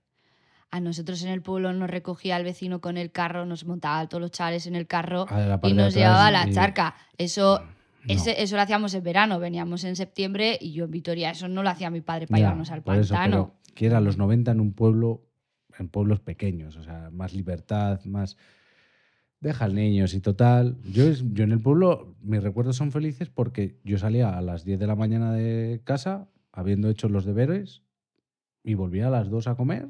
a nosotros en el pueblo nos recogía el vecino con el carro, nos montaba todos los chales en el carro a la y parte de nos atrás llevaba a la y- charca. Eso, No. ese- eso lo hacíamos en verano, veníamos en septiembre y yo en Vitoria, eso no lo hacía mi padre para Ya, llevarnos al por eso, pantano. pero que era los 90 en un pueblo, en pueblos pequeños, o sea, más libertad, más... Deja al niño, y total. Yo, es- yo en el pueblo, mis recuerdos son felices porque yo salía a las 10 de la mañana de casa, habiendo hecho los deberes, y volvía a las 2 a comer,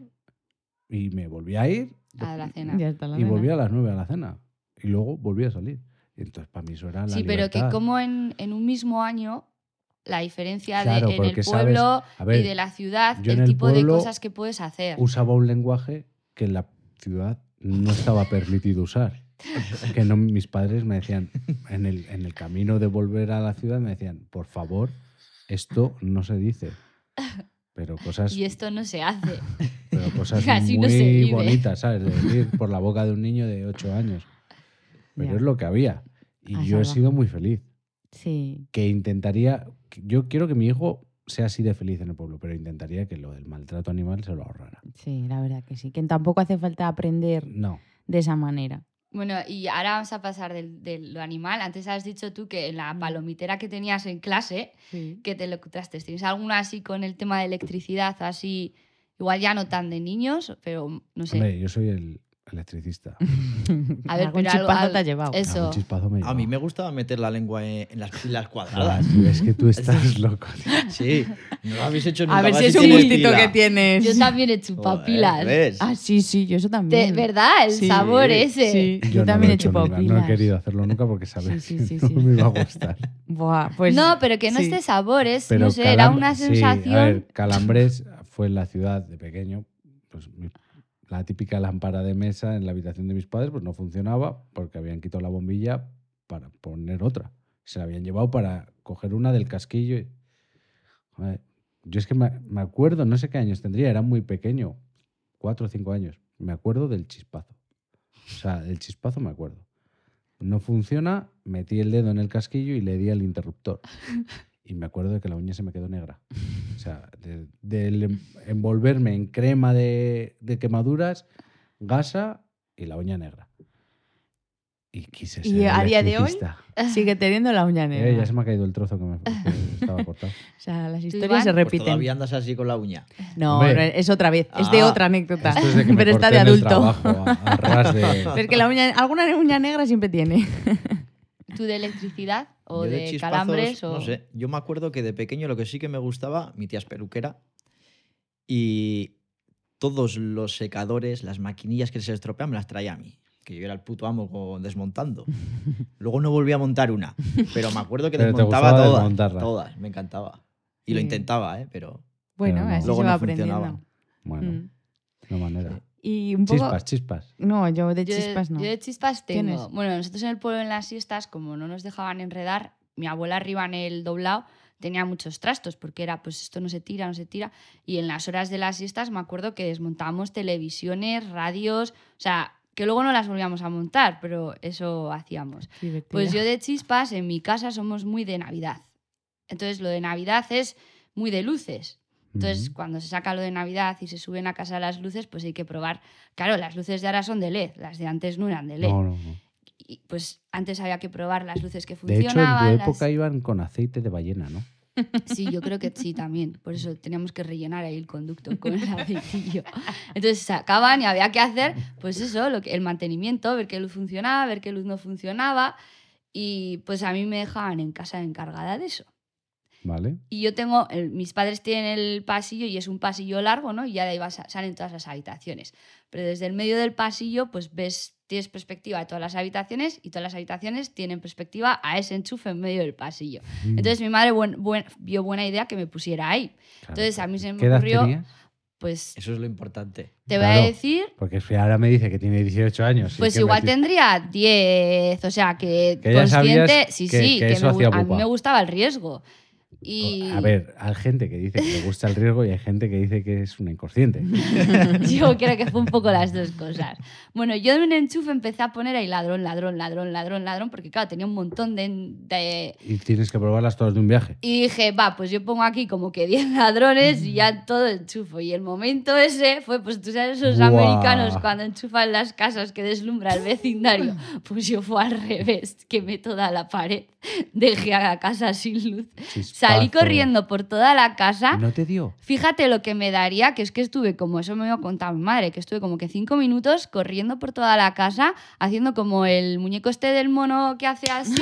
y me volvía a ir, A la cena. Ya está la y nena. volvía a las 9 a la cena, y luego volvía a salir. Y entonces para mí eso era la Sí, pero que libertad. como en, en un mismo año, la diferencia Claro, de en el porque sabes- pueblo a ver, y de la ciudad, yo en el, el tipo de pueblo cosas que puedes hacer. usaba un lenguaje que en la ciudad no estaba permitido usar. Que no, mis padres me decían, en el, en el camino de volver a la ciudad, me decían, por favor, esto no se dice. Pero cosas, Y esto no se hace. pero cosas [LAUGHS] así no se muy vive. bonitas, ¿sabes? De decir por la boca de un niño de 8 años. Pero Ya. es lo que había. Y Ah, A yo he salva. sido muy feliz. Sí. Que intentaría, yo quiero que mi hijo sea así de feliz en el pueblo, pero intentaría que lo del maltrato animal se lo ahorrara. Sí, la verdad que sí. Que tampoco hace falta aprender No. de esa manera. Bueno, y ahora vamos a pasar del, de lo animal. Antes has dicho tú que en Mm. la palomitera que tenías en clase, que te lo encontraste. ¿Tienes alguna así con el tema de electricidad o así? Igual ya no tan de niños, pero no sé. Hombre, yo soy el electricista. A ver, Algún pero algo- chispazo algo- te ha llevado. es- Eso. Algún chispazo me A mí me lleva. gustaba meter la lengua en en las, en las Joder, cuadradas. tío, Es que [LAUGHS] tú estás loco. tío. Sí, no lo habéis hecho nunca. Ah. A ver va, si es un tiene gustito pila. que tienes. [LAUGHS] Yo también he Joder, chupado pilas. ¿ves? Ah, sí, sí, yo eso De también. verdad, el Sí, sabor ese. Sí, yo, no también lo he hecho chupado nunca, pilas. No he querido hacerlo nunca porque sabía Sí, sí, sí, que [LAUGHS] sí. no me iba a gustar. Buah, pues, no, pero que no sí. este sabor es, no sé, calam- era una sí, a sensación. ver, Calambres fue en la ciudad de pequeño. pues, mi- la típica lámpara de mesa en la habitación de mis padres pues no funcionaba porque habían quitado la bombilla para poner otra. Se la habían llevado para coger una del casquillo. y- Joder, yo es que me, me acuerdo, no sé qué años tendría, era muy pequeño, cuatro o cinco años. Me acuerdo del chispazo. O sea, del chispazo me acuerdo. No funciona, metí el dedo en el casquillo y le di al interruptor. Y me acuerdo de que la uña se me quedó negra. O sea, de- del em- envolverme en crema de, de quemaduras, gasa y la uña negra. Y quise ¿Y ser a día de hoy? electricista. Sigue teniendo la uña negra. Eh, ya se me ha caído el trozo que me que estaba cortado. O sea, las Iván? historias se Pues Pues repiten. todavía andas así con la uña. no, Hombre. no, es otra vez. Es de Ah, otra anécdota. Esto es de que me [LAUGHS] pero [LAUGHS] está corté de en el adulto. trabajo, a- a ras de- [LAUGHS] Pero es que la uña, alguna uña negra siempre tiene. ¿Tú de electricidad o Yo de, chispazos, calambres? O... No sé. Yo me acuerdo que de pequeño lo que sí que me gustaba, mi tía es peluquera, y todos los secadores, las maquinillas que se estropean, me las traía a mí. Que yo era el puto amo [LAUGHS] con- desmontando. Luego no volví a montar una, pero me acuerdo que Pero te desmontaba gustaba todas. desmontarla. Todas, me encantaba. Y lo Sí. intentaba, ¿eh? pero [LAUGHS] Bueno, Pero no. así luego se va no aprendiendo. funcionaban. Bueno, Mm. no manera. Y un poco... Chispas, chispas. No, yo de Yo de- chispas no. Yo de chispas tengo. ¿Tienes? Bueno, nosotros en el pueblo en las siestas, como no nos dejaban enredar, mi abuela arriba en el doblado tenía muchos trastos porque era pues esto no se tira, no se tira. Y en las horas de las siestas me acuerdo que desmontábamos televisiones, radios, o sea, que luego no las volvíamos a montar, pero eso hacíamos. Qué divertida. Pues yo de chispas, en mi casa somos muy de Navidad. Entonces lo de Navidad es muy de luces. Entonces, Ujú. cuando se saca lo de Navidad y se suben a casa las luces, pues hay que probar. Claro, las luces de ahora son de LED, las de antes no eran de LED. No, no, no. Y pues antes había que probar las luces que De hecho, en tu funcionaban. las- época iban con aceite de ballena, ¿no? Sí, yo creo que sí también. Por eso teníamos que rellenar ahí el conducto con el aceitillo. Entonces sacaban y había que hacer, pues eso, lo que, el mantenimiento, ver qué luz funcionaba, ver qué luz no funcionaba. Y pues a mí me dejaban en casa encargada de eso. ¿Vale? Y yo tengo, el- mis padres tienen el pasillo y es un pasillo largo, ¿no? Y ya de ahí vas a- salen todas las habitaciones. Pero desde el medio del pasillo, pues ves, tienes perspectiva de todas las habitaciones y todas las habitaciones tienen perspectiva a ese enchufe en medio del pasillo. Mm. Entonces mi madre buen- buen- vio buena idea que me pusiera ahí. Claro. entonces a mí se me ¿Qué edad ocurrió- tenías? Pues eso es lo importante. te voy Claro. a decir, Porque si ahora me dice que tiene 18 años. y pues que me igual ti- tendría 10, o sea, que, Que ya sabías consciente, sí, que- sí, que que eso me gu- hacía a mí pupa. me gustaba el riesgo. Y A ver, hay gente que dice que le gusta el riesgo y hay gente que dice que es un inconsciente. [LAUGHS] Yo creo que fue un poco las dos cosas. Bueno, yo en un enchufe empecé a poner ahí ladrón, ladrón, ladrón, ladrón, ladrón, porque claro, tenía un montón de... de- Y tienes que probarlas todas de un viaje. Y dije, va, pues yo pongo aquí como que 10 [LAUGHS] ladrones y ya todo enchufo. Y el momento ese fue, pues tú sabes, esos Guau. americanos cuando enchufan las casas que deslumbra el [LAUGHS] vecindario. Pues yo fue al revés, quemé toda la pared, dejé a la casa sin luz. Salí Chispazo. corriendo ¿ah? por toda la casa. ¿Y no te dio? Fíjate lo que me daría, que es que estuve como, eso me lo contado mi madre, que estuve como que cinco minutos corriendo por toda la casa, haciendo como el muñeco este del mono que hace así,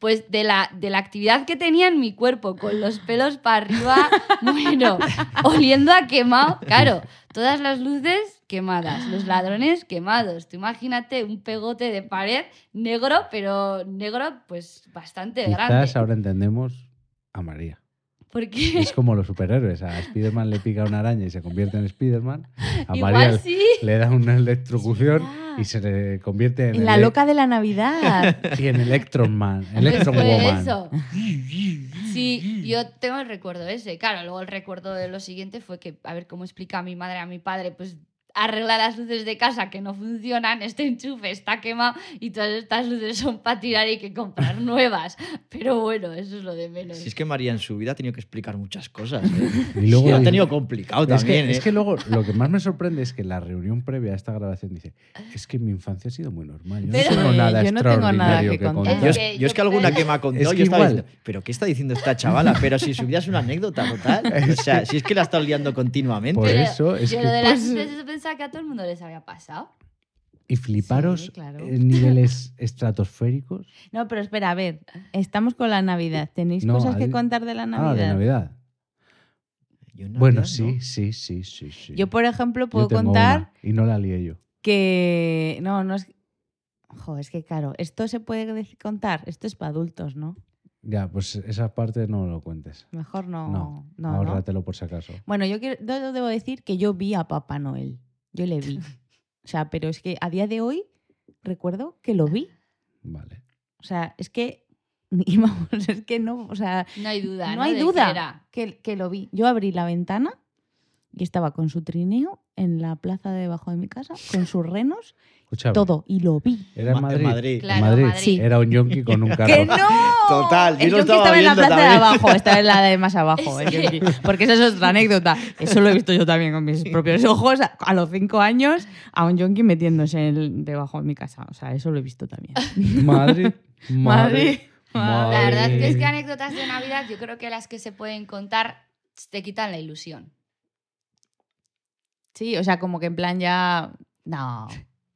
pues de la, de la actividad que tenía en mi cuerpo, con los pelos para arriba, bueno, oliendo a quemado, claro, todas las luces quemadas, los ladrones quemados. Tú imagínate un pegote de pared negro, pero negro pues bastante Quizás grande. ahora entendemos a María. Porque Es como los superhéroes. A Spiderman le pica una araña y se convierte en Spiderman. A [LAUGHS] [LAUGHS] igual María sí. le da una electrocución Es verdad. y se le convierte en, E- En la ele- loca de la Navidad. Y en Electron [LAUGHS] Man. Electron Pues fue Woman. [LAUGHS] eso. Sí, yo tengo el recuerdo ese. Claro, luego el recuerdo de lo siguiente fue que, a ver cómo explica mi madre a mi padre, pues arregla las luces de casa que no funcionan, este enchufe está quemado y todas estas luces son para tirar y hay que comprar [LAUGHS] nuevas. Pero bueno, eso es lo de menos. Si es que María en su vida ha tenido que explicar [LAUGHS] muchas cosas. ¿eh? Y luego Lo ha dice- tenido complicado Es que, también. es ¿eh? que luego lo que más me sorprende es que la reunión previa a esta grabación dice, es que mi infancia ha sido muy normal. Yo Pero- no tengo Sí, nada yo no tengo nada extraordinario que que, contar". contar. Yo, Es es- que yo es que yo alguna creo- que me ha contado, que yo estaba igual. diciendo, pero ¿qué está diciendo esta chavala? Pero si su vida es una anécdota total. [LAUGHS] O sea, si es que la está liando continuamente. Por Pero eso es yo que- lo de las pues- luces yo pensaba que a todo el mundo les había pasado. Y fliparos Sí, claro. en niveles [LAUGHS] estratosféricos. No, pero espera, a ver. Estamos con la Navidad. ¿Tenéis Eh, No, cosas que al- contar de la Ah, de Navidad? Navidad. Yo en Bueno, Navidad, sí, ¿no? sí, sí, sí, sí. Yo, por ejemplo, puedo tengo contar una, y no la lié yo. que... No, no es... Jo, es que claro, esto se puede dec- contar. Esto es para adultos, ¿no? Ya, pues esa parte no lo cuentes. Mejor no. No, no, no. Ahórratelo por si acaso. Bueno, yo quiero- yo debo decir que yo vi a Papá Noel. Yo le [LAUGHS] vi. O sea, pero es que a día de hoy recuerdo que lo vi. Vale. O sea, es que... [LAUGHS] y vamos, es que no... O sea, No hay duda. no, No, hay De que duda era. que, que lo vi. Yo abrí la ventana y estaba con su trineo en la plaza debajo de mi casa, [LAUGHS] con sus renos, Escúchame. todo. Y lo vi. Era en Ma- Madrid. Claro, en Madrid. Madrid. Era un yonki con un carro. [LAUGHS] ¡Que no! Total, yo El lo yonki estaba estaba en la viendo plaza de también. abajo, estaba en la de más [LAUGHS] abajo. Es el que- yonki. Porque esa es otra anécdota. Eso lo he visto yo también con mis propios ojos a- a los cinco años a un yonki metiéndose en el- debajo de mi casa. O sea, eso lo he visto [LAUGHS] también. Madrid. Madrid. Madrid. La verdad que es que anécdotas de Navidad, yo creo que las que se pueden contar te quitan la ilusión. Sí, o sea, como que en plan ya... No,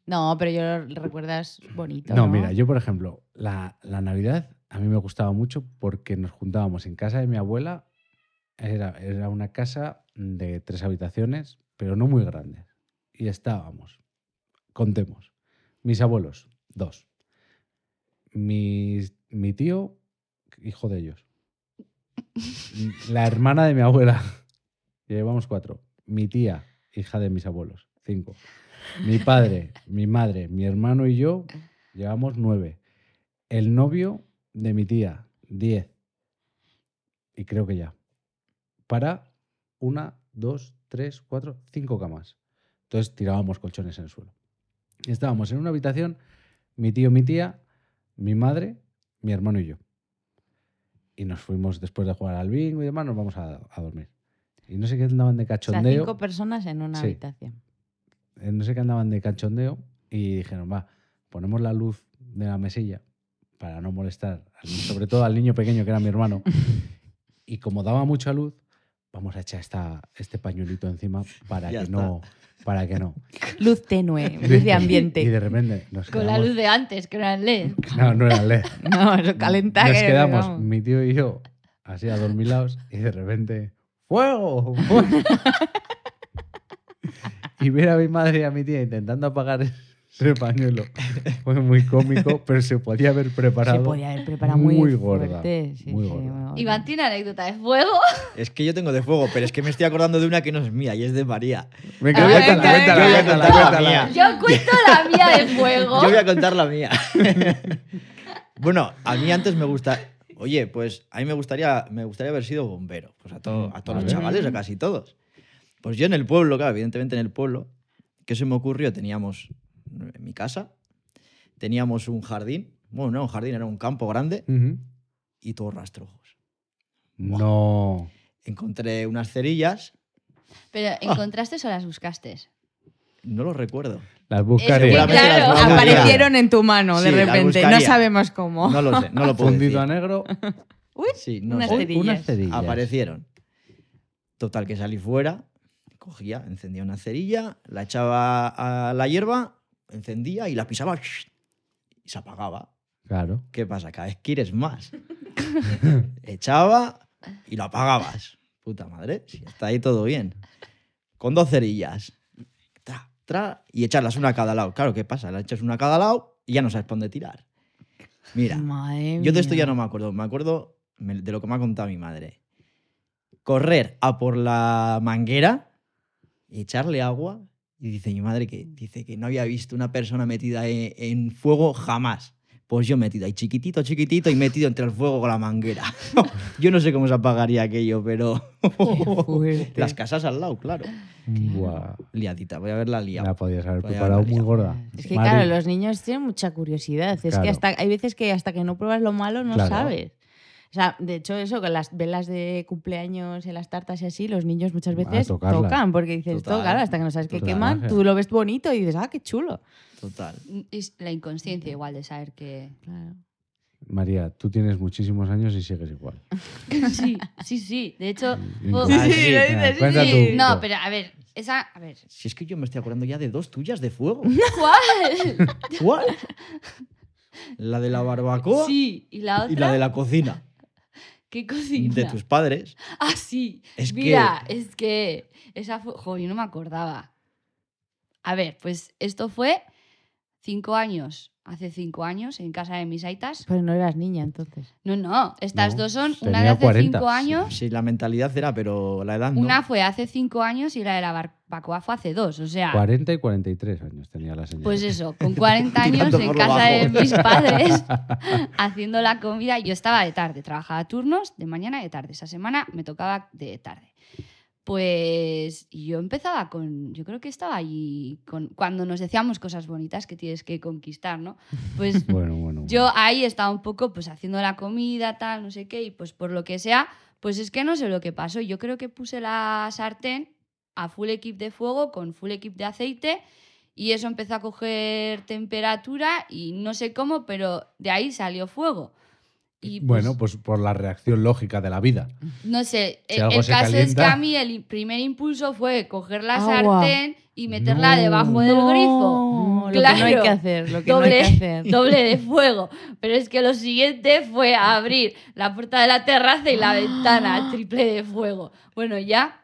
no, pero yo lo recuerdas bonito. No, mira, yo por ejemplo, la, la Navidad a mí me gustaba mucho porque nos juntábamos en casa de mi abuela. Era, era una casa de tres habitaciones, pero no muy grandes. Y estábamos, contemos, mis abuelos, dos. Mis- mi tío, hijo de ellos. La hermana de mi abuela, [LAUGHS] ya llevamos cuatro. Mi tía, hija de mis abuelos, cinco. Mi padre, mi madre, mi hermano y yo, llevamos nueve. El novio de mi tía, diez. Y creo que ya. Para una, dos, tres, cuatro, cinco camas. Entonces tirábamos colchones en el suelo. Y estábamos en una habitación, mi tío, mi tía, mi madre, mi hermano y yo. Y nos fuimos después de jugar al bingo y demás, nos vamos a, a dormir. Y no sé qué andaban de O sea, cachondeo. cinco personas en una Sí. habitación. eh, no sé qué andaban de cachondeo y dijeron, va, ponemos la luz de la mesilla para no molestar, al- sobre todo al niño pequeño que era mi hermano. Y como daba mucha luz, vamos a echar esta, este pañuelito encima para Ya que está. no, para que no. Luz [LAUGHS] tenue, luz de Y de ambiente. repente nos Con la quedamos- luz de antes, que era en LED. No, no era LED. [LAUGHS] No, eso calenta. Nos que- quedamos, vamos. mi tío y yo, así adormilados, y de repente, ¡fuego! ¡Fuego! y ver a mi madre y a mi tía intentando apagar ese pañuelo fue muy cómico, pero se podía haber Se preparado. podía haber preparado muy, muy gorda, fuerte, sí, muy sí, gorda. Iván tiene anécdota de [LAUGHS] fuego. [LAUGHS] Es que yo tengo de fuego, pero es que me estoy acordando de una que no es mía y es de María. Venga, Ah, cuéntala, venga, cuéntala, venga. cuéntala, Yo voy a cuéntala. contar la mía. Yo cuento la mía de fuego. Yo voy a contar [LAUGHS] la mía. bueno, a mí antes me gusta. Oye, pues a mí me gustaría, me gustaría haber sido bombero. Pues a, to- a todos los Vale. chavales, a casi todos. Pues yo en el pueblo, claro, evidentemente en el pueblo, ¿qué se me ocurrió? Teníamos en mi casa, teníamos un jardín. Bueno, no, un jardín, era un campo grande Ujú. y todos rastrojos. No. Encontré unas cerillas, Ah. Pero ¿encontraste o las buscaste? no lo recuerdo. Las buscaré. Seguramente Seguramente claro. las vamos a liar. Aparecieron en tu mano de Sí, la repente. No buscaría. sabemos cómo. No lo sé, no lo puedo Fundido a decir. negro. Uy, Sí, no unas sé. [LAUGHS] cerillas. Unas cerillas. aparecieron. Total, que salí fuera, cogía, encendía una cerilla, la echaba a la hierba, encendía y la pisaba y se apagaba. Claro. ¿Qué pasa? Cada vez quieres más. Echaba y la apagabas. Puta madre, si está ahí todo bien. Con dos cerillas. Tra, tra, y echarlas una a cada lado. Claro, ¿qué pasa? La echas una a cada lado y ya no sabes para dónde tirar. Mira, Madre yo de esto mía. ya no me acuerdo, me acuerdo me- de lo que me ha contado mi madre. Correr a por la manguera, echarle agua, y dice mi madre que, Mm. dice que no había visto una persona metida e- en, fuego jamás. Pues yo metida, y chiquitito, chiquitito, y metido entre el fuego con la manguera. [LAUGHS] yo no sé cómo se apagaría aquello, pero... Qué fuerte. [LAUGHS] Las casas al lado, claro. Buah. Liadita, voy a ver la liada. La podías haber Podía preparado haberla muy liado. gorda. Es que Mari, claro, los niños tienen mucha curiosidad. Es que Claro. hasta, hay veces que hasta que no pruebas lo malo no Claro. sabes. O sea, de hecho, eso, con las velas de cumpleaños en las tartas y así, los niños muchas A veces tocarlas. tocan, porque dices, esto, Total. claro, hasta que no sabes qué Total. queman, tú lo ves bonito y dices, ah, qué chulo. Total. Es la inconsciencia igual de saber que... [LAUGHS] Claro. María, tú tienes muchísimos años y sigues igual. Sí, sí, sí. De hecho... Inconsciente. fue- Ah, sí, sí, lo Venga, dices, cuenta sí, tú. No, pero a ver, esa... A ver, Si es que yo me estoy acordando ya de dos tuyas [LAUGHS] de fuego. [LAUGHS] ¿cuál? ¿Cuál? La de la barbacoa Sí, y la otra... y la de la cocina. ¿Qué cocina? De tus padres. Ah, sí. Es que- Mira, es que esa fue... Jo, yo no me acordaba. A ver, pues esto fue cinco años. Hace cinco años, en casa de mis aitas. Pero no eras niña entonces. No, no. Estas No, dos son una de tenía hace 40. cinco años. Sí, la mentalidad era, pero la edad no. Una fue hace cinco años y la de la barbacoa fue hace dos. O sea, 40 y 43 años tenía la señora. pues eso, con [LAUGHS] 40 años Tirando en por lo casa de bajo. mis [LAUGHS] padres haciendo la comida. Yo estaba de tarde, trabajaba turnos de mañana y de tarde. Esa semana me tocaba de tarde. Pues yo empezaba con, yo creo que estaba allí con, cuando nos decíamos cosas bonitas que tienes que conquistar, ¿no? Pues [LAUGHS] Bueno, bueno. bueno. Yo ahí estaba un poco pues haciendo la comida, tal, no sé qué, y pues por lo que sea, pues es que no sé lo que pasó. Yo creo que puse la sartén a full equip de fuego con full equip de aceite y eso empezó a coger temperatura y no sé cómo, pero de ahí salió fuego. Y pues, Bueno, pues por la reacción lógica de la vida. no sé, si el, algo el se caso es que calienta- a mí el i- primer impulso fue coger la Agua. sartén y meterla No. debajo del No, grifo. Mm, Lo Claro. que no hay que hacer, lo que no hay que hacer. doble de fuego. Pero es que lo siguiente fue [GASPS] abrir la puerta de la terraza y la ventana, triple de fuego. Bueno, ya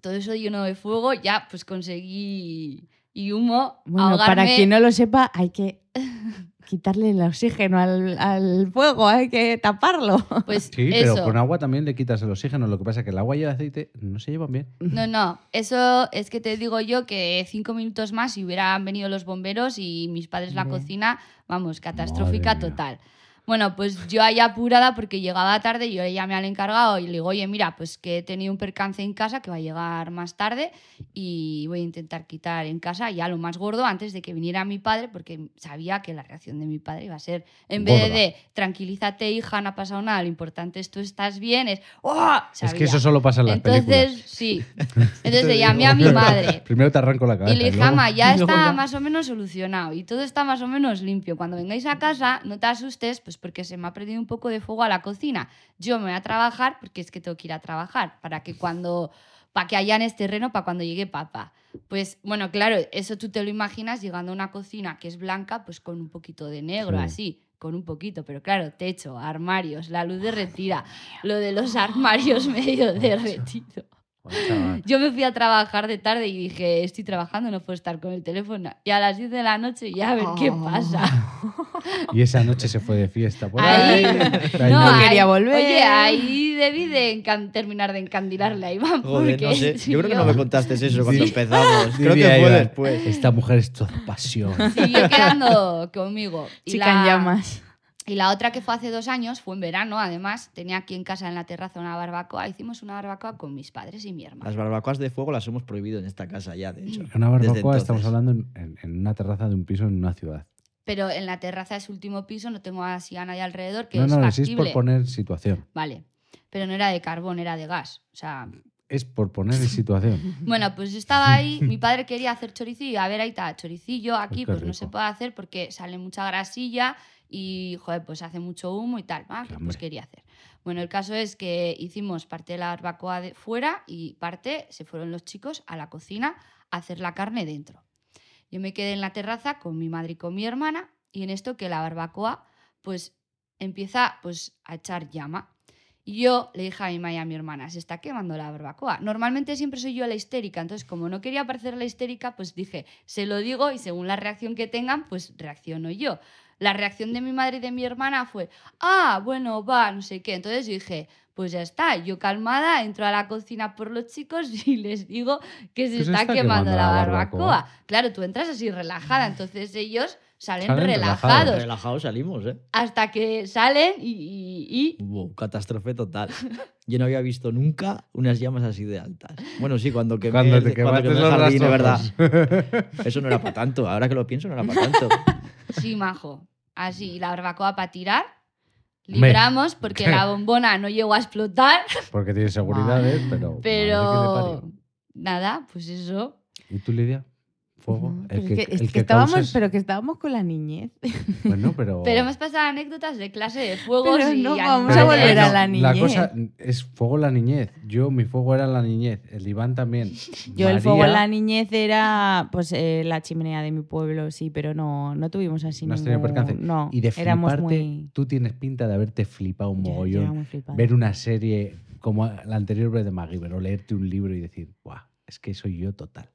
todo eso lleno de fuego, ya pues conseguí y humo Bueno, ahogarme. para quien no lo sepa, hay que [LAUGHS] quitarle el oxígeno al, al fuego, hay que taparlo. Pues Sí, eso. pero con agua también le quitas el oxígeno. Lo que pasa es que el agua y el aceite no se llevan bien. No, no, eso es que te digo yo que cinco minutos más y hubieran venido los bomberos y mis padres la Hombre. cocina, vamos, catastrófica Madre mía. total. Bueno, pues yo ahí apurada porque llegaba tarde, yo llamé al encargado y le digo, oye, mira, pues que he tenido un percance en casa que va a llegar más tarde y voy a intentar quitar en casa ya lo más gordo antes de que viniera mi padre porque sabía que la reacción de mi padre iba a ser, en vez Gorda. de tranquilízate hija, no ha pasado nada, lo importante es tú estás bien, es, ¡oh! Es que Sabía. eso solo pasa en las Entonces, películas. sí. Entonces le llamé a mi madre. [LAUGHS] Primero te arranco la cabeza. Y le dije, luego- "Ama, [LAUGHS] ya y luego está ya". más o menos solucionado y todo está más o menos limpio. Cuando vengáis a casa, no te asustes, pues porque se me ha prendido un poco de fuego a la cocina. Yo me voy a trabajar porque es que tengo que ir a trabajar para que cuando para que haya en este terreno para cuando llegue papá. Pues bueno, claro, eso tú te lo imaginas llegando a una cocina que es blanca, pues con un poquito de negro, Sí. así, con un poquito, pero claro, techo, armarios, la luz derretida, lo de los armarios [LAUGHS] medio derretido. Yo me fui a trabajar de tarde y dije, estoy trabajando, no puedo estar con el teléfono. Y a las 10 de la noche ya a ver qué Oh. pasa. Y esa noche se fue de fiesta. Por Ahí- [LAUGHS] ahí. no ahí- quería volver. Oye, ahí debí de encan- terminar de encandilarle a Iván. [LAUGHS] Joder, porque [LAUGHS] no sé. Yo creo que no me contaste eso cuando Sí. [LAUGHS] empezamos. Creo Diría que fue Iván, después. Esta mujer es toda [LAUGHS] pasión. Siguió quedando conmigo. [LAUGHS] Y Chica la- en llamas. Y la otra que fue hace dos años fue en verano, además. Tenía aquí en casa, en la terraza, una barbacoa. Hicimos una barbacoa con mis padres y mi hermana. Las barbacoas de fuego las hemos prohibido en esta casa ya, de hecho. Una Desde barbacoa, entonces. estamos hablando en, en- en una terraza de un piso en una ciudad. Pero en la terraza de su último piso no tengo así a nadie alrededor, que No, es no, es factible. por poner situación. Vale. Pero no era de carbón, era de gas. O sea, Es por poner [LAUGHS] en situación. Bueno, pues yo [LAUGHS] estaba ahí, mi padre quería hacer choricillo, a ver, ahí está, choricillo, aquí qué pues no se rico. puede hacer porque sale mucha grasilla y, joder, pues hace mucho humo y tal, ah, Qué pues hambre. quería hacer. Bueno, el caso es que hicimos parte de la barbacoa de fuera y parte se fueron los chicos a la cocina a hacer la carne dentro. Yo me quedé en la terraza con mi madre y con mi hermana y en esto que la barbacoa pues empieza pues a echar llama. Y yo le dije a mi mamá y a mi hermana, se está quemando la barbacoa. Normalmente siempre soy yo la histérica, entonces como no quería parecer la histérica, pues dije, se lo digo y según la reacción que tengan, pues reacciono yo. La reacción de mi madre y de mi hermana fue, ah, bueno, va, no sé qué. Entonces yo dije, pues ya está, yo calmada, entro a la cocina por los chicos [LAUGHS] y les digo que se, está, quemando, la barbacoa. Claro, tú entras así relajada, entonces ellos salen, Salen relajados, relajados. Relajados salimos, ¿eh? hasta que salen y- y- y Wow, catástrofe total. Yo no había visto nunca unas llamas así de altas. Bueno, sí, cuando quemé, Cuando el- te quemaste quemé el los pues, jardín, de verdad. rastrojos. Eso no era para tanto. Ahora que lo pienso, no era para tanto. Sí, majo. Así, y la barbacoa para tirar. Hombre. Libramos porque la bombona no llegó a explotar, [LAUGHS] Porque tiene seguridades, pero. madre que pero te parió. nada, pues eso. ¿Y tú, Lidia? Fuego. No, el pero que, pues es que- es el que que estábamos, causas- pero que estábamos con la niñez. [LAUGHS] [LAUGHS] Bueno, pero. Pero hemos pasado anécdotas de clase de fuegos Pero y no, animales. vamos a volver a la niñez. cosa es fuego la niñez. Yo, mi fuego era la niñez. El Iván también. [LAUGHS] Yo el fuego en María, la niñez era pues eh, la chimenea de mi pueblo, sí, pero no, no tuvimos así No has tenido ningún... percance. No, Y de éramos fliparte, muy... tú tienes pinta de haberte flipado un Ya, yo mogollón. era muy flipada. ver una serie como la anterior de MacGyver o leerte un libro y decir, ¡guau! Es que soy yo total.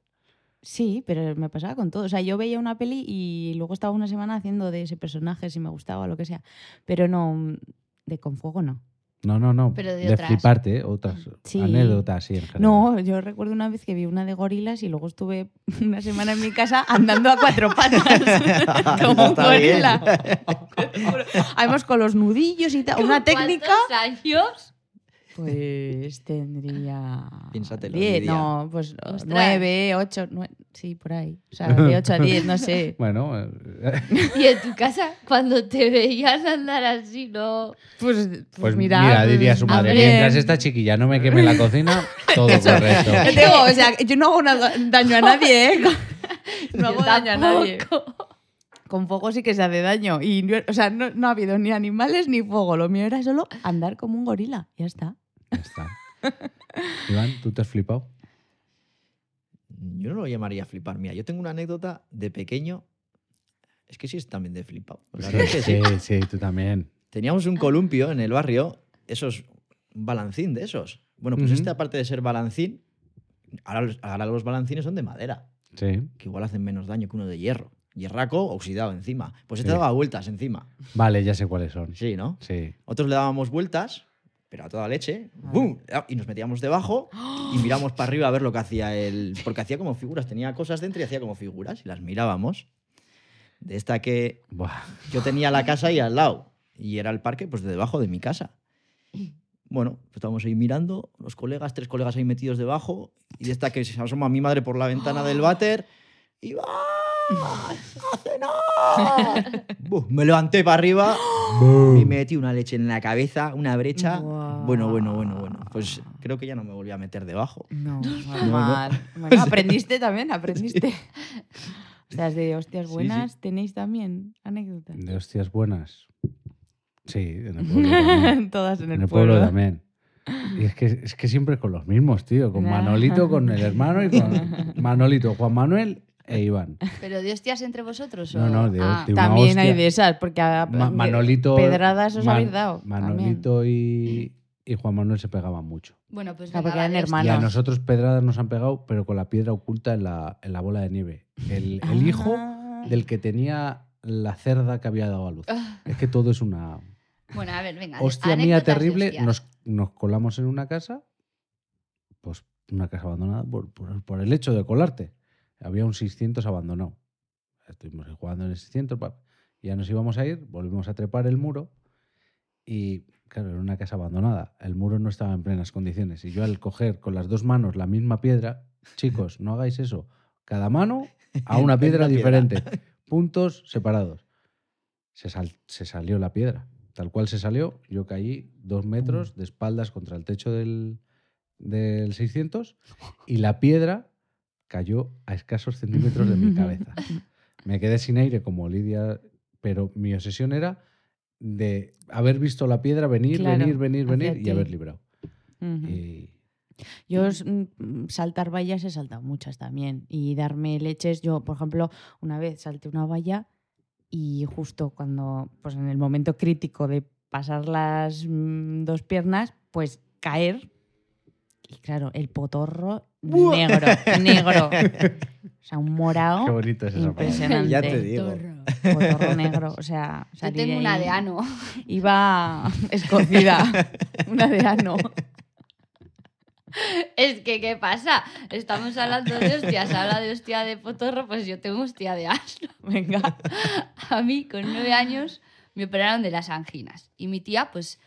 Sí, pero me pasaba con todo. O sea, yo veía una peli y luego estaba una semana haciendo de ese personaje, si me gustaba o lo que sea. Pero no, de con fuego no. No, no, no. Pero de otras. fliparte, ¿eh? otras Sí. anécdotas, sí, en general. No, yo recuerdo una vez que vi una de gorilas y luego estuve [LAUGHS] una semana en mi casa andando a cuatro patas. [LAUGHS] como un [LAUGHS] Está bien. gorila. Te juro. [LAUGHS] Además, con los nudillos y tal. Una ¿Cuántos técnica. años? Pues tendría. Piénsatelo, Diez, Lidia. no, pues o- Ostras. nueve, ocho, nueve. Sí, por ahí. O sea, de ocho a diez, no sé. Bueno, eh, Y en tu casa, cuando te veías andar así, no. [LAUGHS] Pues, pues, pues mira. mira, diría pues, su madre, a ver. mientras esta chiquilla no me queme la cocina, todo correcto. Yo te digo, o sea, yo no hago nada- daño a nadie, [LAUGHS] ¿eh? No hago Yo daño a nadie. tampoco. Con fuego sí que se hace daño. Y no- o sea, no, no ha habido ni animales ni fuego. Lo mío era solo andar como un gorila. Ya está. Ya está. Iván, ¿tú te has flipado? Yo no lo llamaría flipar. Mira, yo tengo una anécdota de pequeño. Es que sí es también de flipado. La verdad es que sí. sí, sí, tú también. Teníamos un columpio en el barrio, esos, un balancín de esos. Bueno, pues Ujú. este, aparte de ser balancín, Ahora los, ahora los balancines son de madera, Sí. que igual hacen menos daño que uno de hierro. Hierraco oxidado encima. Pues este Sí. daba vueltas encima. Vale, ya sé cuáles son. Sí, ¿no? Sí. Otros le dábamos vueltas, pero a toda leche. ¡Bum! Y nos metíamos debajo y miramos para arriba a ver lo que hacía él. Porque hacía como figuras, tenía cosas dentro y hacía como figuras y las mirábamos. De esta que Buah. yo tenía la casa y al lado. Y era el parque, pues de debajo de mi casa. Bueno, pues estábamos ahí mirando, los colegas, tres colegas ahí metidos debajo, y de esta que se asoma mi madre por la ventana del váter, y va a cenar. Buh, me levanté para arriba y Mm. me metí una leche en la cabeza, una brecha. Guau. Bueno, bueno, bueno, bueno. Pues creo que ya no me volví a meter debajo. No, no. normal. Bueno, aprendiste también, [LAUGHS] aprendiste. O sea, es de hostias Sí, sí. buenas tenéis también anécdotas. De hostias buenas. Sí, en el [LAUGHS] pueblo también. Todas en el, En el pueblo también. Y es que, es que siempre con los mismos, tío. Con Nah. Manolito, con el hermano y [LAUGHS] con Manolito, Juan Manuel e Iván. ¿Pero de hostias entre vosotros? No, o- no, de- Ah, de- una También hay hostia. de esas, porque a- Ma- de- Manolito. pedradas os Man- habéis dado. Manolito y, y Juan Manuel se pegaban mucho. Bueno, pues Ah, porque venga, eran vale, Y a Manos. nosotros pedradas nos han pegado, pero con la piedra oculta en la, en la bola de nieve. El, también. el hijo Ah. del que tenía la cerda que había dado a luz. Ah. Es que todo es una Bueno, a ver, venga. hostia mía anécdotas de terrible. hostias. Nos, nos colamos en una casa, pues una casa abandonada por, por- por el hecho de colarte. Había un 600 abandonado. Estuvimos ahí jugando en el 600, pa, ya nos íbamos a ir, volvimos a trepar el muro y, claro, era una casa abandonada. El muro no estaba en plenas condiciones. Y yo al coger con las dos manos la misma piedra, chicos, no hagáis eso. Cada mano a una piedra Una diferente. Puntos separados. Se, sal- se salió la piedra. Tal cual se salió, yo caí dos metros Mm. de espaldas contra el techo del, del 600 y la piedra cayó a escasos centímetros de [LAUGHS] mi cabeza. Me quedé sin aire como Lidia, pero mi obsesión era de haber visto la piedra venir, Claro, venir, venir, hacia venir y ti. haber librado. Ujú. Y- Yo s- mm, saltar vallas he saltado muchas también y darme leches. Yo, por ejemplo, una vez salté una valla y justo cuando, pues en el momento crítico de pasar las mm, dos piernas, pues caer. Y claro, el potorro Buah. negro, negro. O sea, un morado. Qué bonito es esa palabra. Impresionante. Ya te digo. Torro. Potorro negro. O sea, Yo salí de tengo una ahí- de ano. Iba escondida. una [LAUGHS] de ano. [LAUGHS] Es que, ¿qué pasa? Estamos hablando de hostias. Habla de hostia de potorro, pues yo tengo hostia de asno. [LAUGHS] Venga. A mí, con nueve años, me operaron de las anginas. Y mi tía, pues,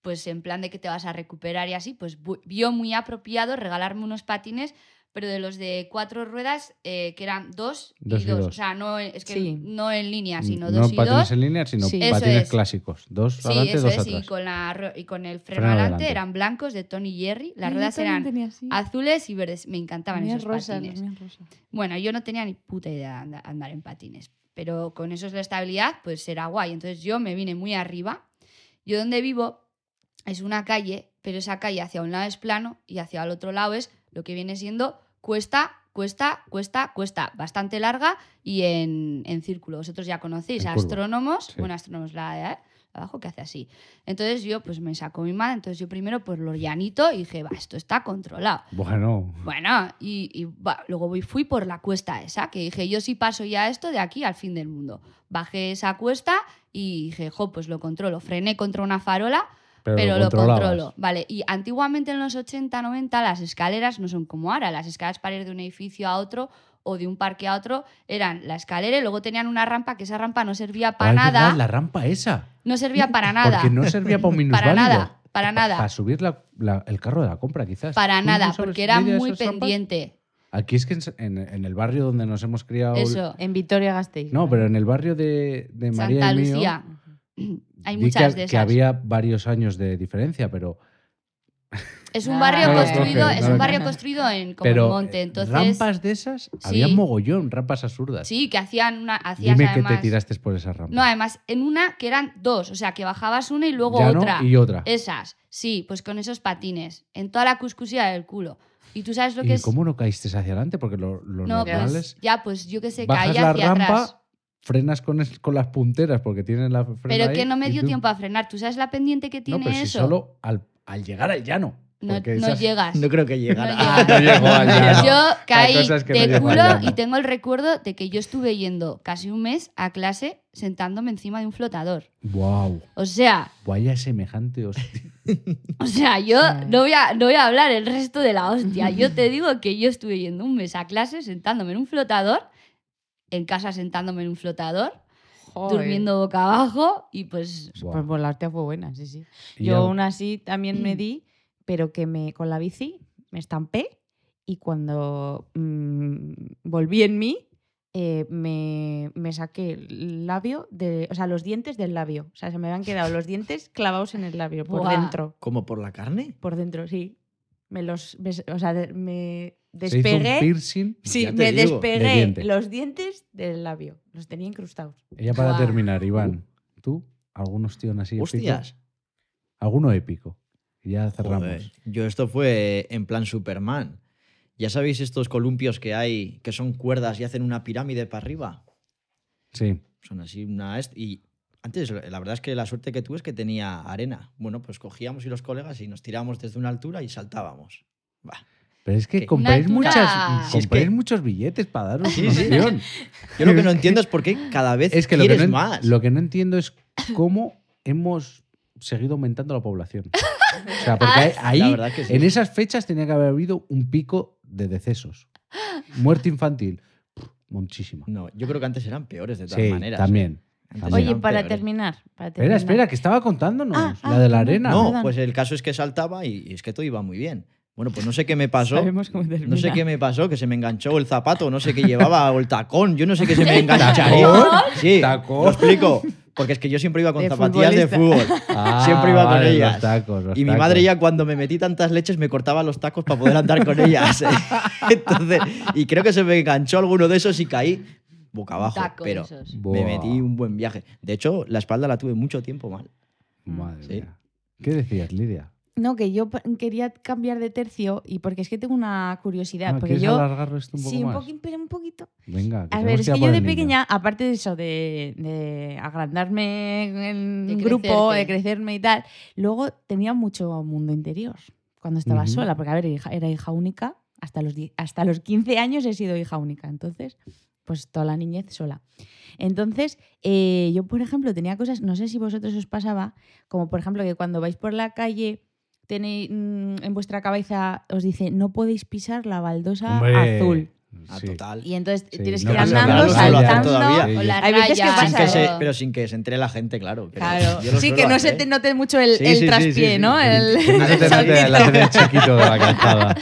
pues en plan de que te vas a recuperar y así, pues bu- vio muy apropiado regalarme unos patines, pero de los de cuatro ruedas, eh, que eran dos y Dos dos. y O dos. sea, no, es que Sí. no en línea, sino no dos y patines dos. en línea, sino Sí. Eso patines es. clássicos. Dos Sí, adelante, eso dos es, y atrás. con, la, ru- y con el freno Freno adelante, adelante. eran blancos de Tony Jerry, las Ay, yo ruedas también eran tenía así. azules y verdes. Me encantaban Mías esos rosas, patines. mías rosas. Bueno, yo no tenía ni puta idea de anda- andar en patines, pero con eso es la estabilidad, pues era guay. Entonces yo me vine muy arriba. Yo donde vivo es una calle, pero esa calle hacia un lado es plano y hacia el otro lado es lo que viene siendo cuesta, cuesta, cuesta, cuesta, bastante larga y en, en círculo. Vosotros ya conocéis, En curva. astrónomos, Sí. bueno, astrónomos la de abajo que hace así. Entonces yo pues me sacó mi madre, entonces yo primero por lo llanito y dije, va, esto está controlado. Bueno, Bueno, y, y va- luego voy- fui por la cuesta esa, que dije, yo sí paso ya esto de aquí al fin del mundo. Bajé esa cuesta y dije, jo, pues lo controlo. Frené contra una farola, pero, pero, lo lo controlabas. controlo. Vale, y antiguamente en los 80, 90 las escaleras no son como ahora. Las escaleras para ir de un edificio a otro o de un parque a otro eran la escalera y luego tenían una rampa que esa rampa no servía Ah, para es nada. verdad, la rampa esa. No servía [LAUGHS] para nada. Porque no servía [LAUGHS] para un para minusválido. nada, para nada. Para subir la- la- el carro de la compra, quizás. Para ¿Tú nada, sabes porque de era esas muy rampas? pendiente. Aquí es que en, en- en el barrio donde nos hemos criado. Eso. En Vitoria Gasteiz. No, pero en el barrio de, de María Santa y mío, Lucía. Hay di muchas que, de esas. que había varios años de diferencia, pero. Es un Ah. barrio No lo construido, coge, es no un lo barrio coge. construido en como pero eh, en monte, entonces Rampas de esas, había Sí. mogollón, rampas absurdas. sí, que hacían una hacías Dime que además te tiraste por esa rampa. No, además en una que eran dos, o sea, que bajabas una y luego Ya no, otra. y otra. Esas. Sí, pues con esos patines en toda la cuscusia del culo. ¿Y tú sabes lo que ¿Y es? cómo no caíste hacia adelante? Porque lo- los no, normales. pues ya pues yo que sé, bajas caía la hacia rampa, atrás. frenas con, es- con las punteras porque tienen la frena Pero ahí que no me y dio tú- tiempo a frenar. ¿Tú sabes la pendiente que No, tiene pero si eso? solo al, al llegar al llano. No, Porque no esas- llegas. No creo que No llegara. llegas. Ah, no llegó al llano. Yo caí Hay cosas que no de llego al culo llano. y tengo el recuerdo de que yo estuve yendo casi un mes a clase sentándome encima de un flotador. Wow, O sea, vaya semejante hostia. o sea, yo Sí. no voy, a, no voy a hablar el resto de la hostia. Yo te digo que yo estuve yendo un mes a clase sentándome en un flotador, en casa sentándome en un flotador, durmiendo boca abajo y pues... Guau. Pues, pues la hostia fue buena, sí, sí. Y Yo ya- aún así también me di, pero que me con la bici me estampé y cuando mm, volví en mí eh, me, me saqué el labio, de, o sea, los dientes del labio. O sea, se me habían quedado los dientes clavados en el labio por Buah. dentro. ¿Como por la carne? Por dentro, sí. Me los, me- o sea, de- me se hizo un despegué. piercing. Sí, Ya te me digo, de despegué diente. los dientes del labio. Los tenía incrustados. Ella para Guau. terminar, Iván, tú, algún ostión así épico? Hostias. Alguno épico. Y Ya cerramos. Joder, Yo esto fue en plan Superman. Ya sabéis estos columpios que hay, que son cuerdas y hacen una pirámide para arriba. Sí. Son así una... est- Y antes, la verdad es que la suerte que tuve es que tenía arena. Bueno, pues cogíamos y los colegas y nos tirábamos desde una altura y saltábamos. Bah. Pero es que Que- compráis, Una muchas, altura. Si es compráis que- muchos billetes para daros Sí, una sí. opción. [LAUGHS] Yo lo que no entiendo es por qué cada vez Es que lo que, quieres no, en- más. lo que no entiendo es cómo hemos seguido aumentando la [LAUGHS] población. O sea, porque hay- La ahí, verdad es que sí. en esas fechas, tenía que haber habido un pico de decesos. Muerte infantil, pff, muchísima. No, yo creo que antes eran peores de todas Sí, maneras. ¿eh? también. Antes también. Oye, eran para peores. terminar, para Espera, terminar. espera, que estaba contándonos. Ah, ah, la de la que no. arena. No, perdón. pues el caso es que saltaba y, y es que todo iba muy bien. Bueno, pues no sé qué me pasó. Sabemos cómo No sé termina. qué me pasó, que se me enganchó el zapato, no sé qué llevaba, o el tacón, yo no sé qué se ¿Tacón? me engancharía. Sí, ¿Tacón? lo explico. Porque es que yo siempre iba con De zapatillas de fútbol. Ah, [LAUGHS] siempre iba con vale, los ellas. tacos, los y mi tacos. madre ya cuando me metí tantas leches me cortaba los tacos para poder andar con ellas. ¿eh? [LAUGHS] Entonces, y creo que se me enganchó alguno de esos y caí boca abajo. Taco de pero esos. Buah. me metí un buen viaje. De hecho, la espalda la tuve mucho tiempo mal. Madre Sí. mía. ¿Qué decías, Lidia? No, que yo pa- quería cambiar de tercio y porque es que tengo una curiosidad. Ah, porque ¿Quieres pues yo. alargarlo esto un poco sí, un, más? poquín, pero un poquito. Venga. que A tenemos ver, es ir que por yo de el niño. pequeña, aparte de eso, de, de agrandarme en De el grupo, crecerte. de crecerme y tal, luego tenía mucho mundo interior cuando estaba Ujú. sola. Porque, a ver, hija- era hija única. Hasta los, die- hasta los 15 años he sido hija única. Entonces, pues toda la niñez sola. Entonces, eh, yo, por ejemplo, tenía cosas, no sé si vosotros os pasaba, como por ejemplo que cuando vais por la calle, tenéis mm, en vuestra cabeza, os dice, no podéis pisar la baldosa Hombre, azul. Ah, sí. total. Y entonces Sí, tienes no que ir pasa nada, andando, no se lo hacen todavía. saltando. Sí, O las Hay veces que rayas, Sin pasa, que se- o- pero sin que se entere la gente, claro. pero Claro. yo lo Sí, que suelo no se hacer. te note mucho el, Sí, el sí, sí, traspié, sí, sí. ¿no? El- Que no se te el mete el saltito. enlace del chiquito de la [LAUGHS] calzada.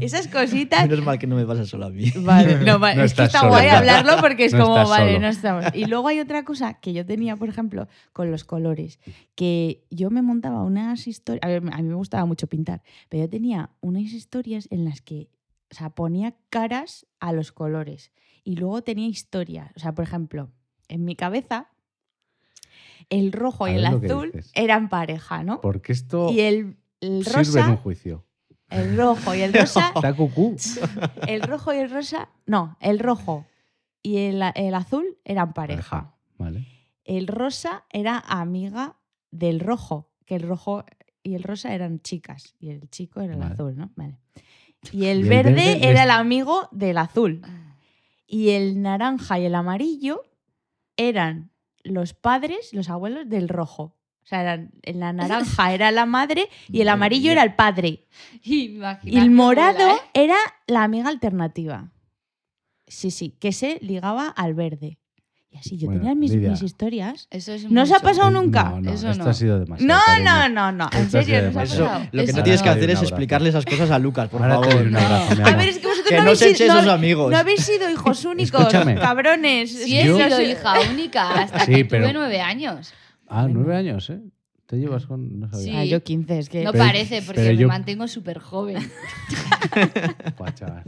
Esas cositas. Menos mal que no me pasa solo a mí. Vale, [LAUGHS] [LAUGHS] no, vale. No es que estás está solo, guay ¿verdad? hablarlo porque es No como, estás vale, solo. no estamos. Y luego hay otra cosa que yo tenía, por ejemplo, con los colores, que yo me montaba unas historias, a, ver, a mí me gustaba mucho pintar, pero yo tenía unas historias en las que, o sea, ponía caras a los colores y luego tenía historias, o sea, por ejemplo, en mi cabeza, el rojo A y ver el lo que azul dices. eran pareja, ¿no? Porque esto Y el, el sirve en un rosa, Oh. juicio. el rojo y el [LAUGHS] rosa Está cucú. el rojo y el rosa. No, el rojo y el, el azul eran pareja. Vale. El rosa era amiga del rojo, que el rojo y el rosa eran chicas y el chico era el Vale. azul, ¿no? Vale. Y el, Y el verde, verde le- era el amigo del azul. Y el naranja y el amarillo eran los padres, los abuelos del rojo. O sea, eran, en la naranja era la madre y el Madre amarillo mía. era el padre. Y Imagínate, el morado abuela, ¿eh? era la amiga alternativa. Sí, sí, que se ligaba al verde. Y así yo Bueno, tenía mis, Lidia. mis historias. Eso es ¿No os ha mucho. pasado nunca? No, no, Eso esto no. ha sido demasiado. No, cariño. no, no, no. En Esto ha sido serio, nos ha demasiado. Eso, pasado. lo que Eso. no tienes que Ahora te doy hacer un es abrazo. explicarle esas cosas a Lucas, por Ahora te doy favor. un abrazo, mi A amor. ver, es que vosotros Que no no habéis se eche sido, esos no, amigos. no habéis [LAUGHS] sido hijos únicos, Escúchame. cabrones. Sí, he Yo- sido hija única hasta Sí, que pero- tuve nueve años. Ah, nueve años, ¿eh? Te llevas con. No sabía. Sí. Ah, yo 15, es que... No Pero- parece, porque pero me yo- mantengo súper joven. Buah, chaval.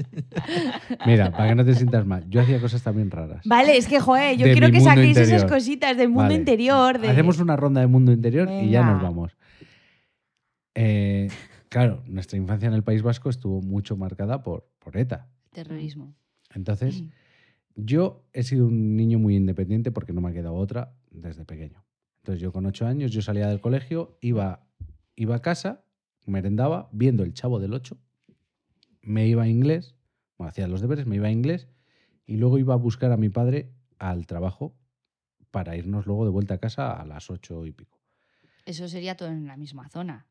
Mira, para que no te sientas mal, yo hacía cosas también raras. Vale, es que, joder, yo De quiero mi que mundo saquéis esas interior. cositas del mundo Vale. interior. De... Hacemos una ronda de mundo interior y ya Venga. nos vamos. Eh, claro, nuestra infancia en el País Vasco estuvo mucho marcada por, por ETA. Terrorismo. Entonces, yo he sido un niño muy independiente porque no me ha quedado otra desde pequeño. Entonces, yo con ocho años, yo salía del colegio, iba, iba a casa, merendaba viendo el Chavo del 8, me iba a inglés, bueno, hacía los deberes, me iba a inglés y luego iba a buscar a mi padre al trabajo para irnos luego de vuelta a casa a las 8 y pico. Eso sería todo en la misma zona.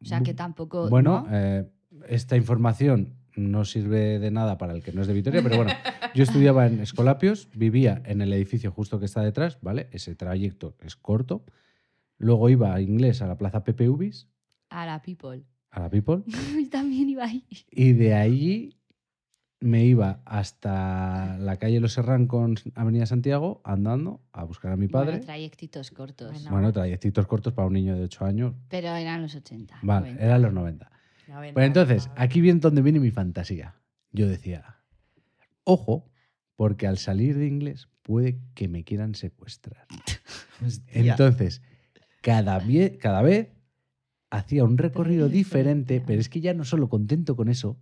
O sea que Bu- tampoco. Bueno, ¿no? eh, esta información no sirve de nada para el que no es de Vitoria, pero [LAUGHS] bueno, yo estudiaba en Escolapios, vivía en el edificio justo que está detrás, ¿vale? Ese trayecto es corto. Luego iba a inglés a la plaza Pepe Ubis, A la people. [LAUGHS] a la People, Yo también iba ahí. y de allí me iba hasta la calle Los Serrán con Avenida Santiago andando a buscar a mi padre. Bueno, trayectitos cortos. Bueno. Bueno, trayectitos cortos para un niño de 8 años. Pero eran los 80. Vale, 90. eran los 90. Pues entonces, aquí viene donde viene mi fantasía. Yo decía, ojo, porque al salir de inglés puede que me quieran secuestrar. Entonces, cada, vie- cada vez hacía un recorrido diferente, pero es que ya no solo contento con eso,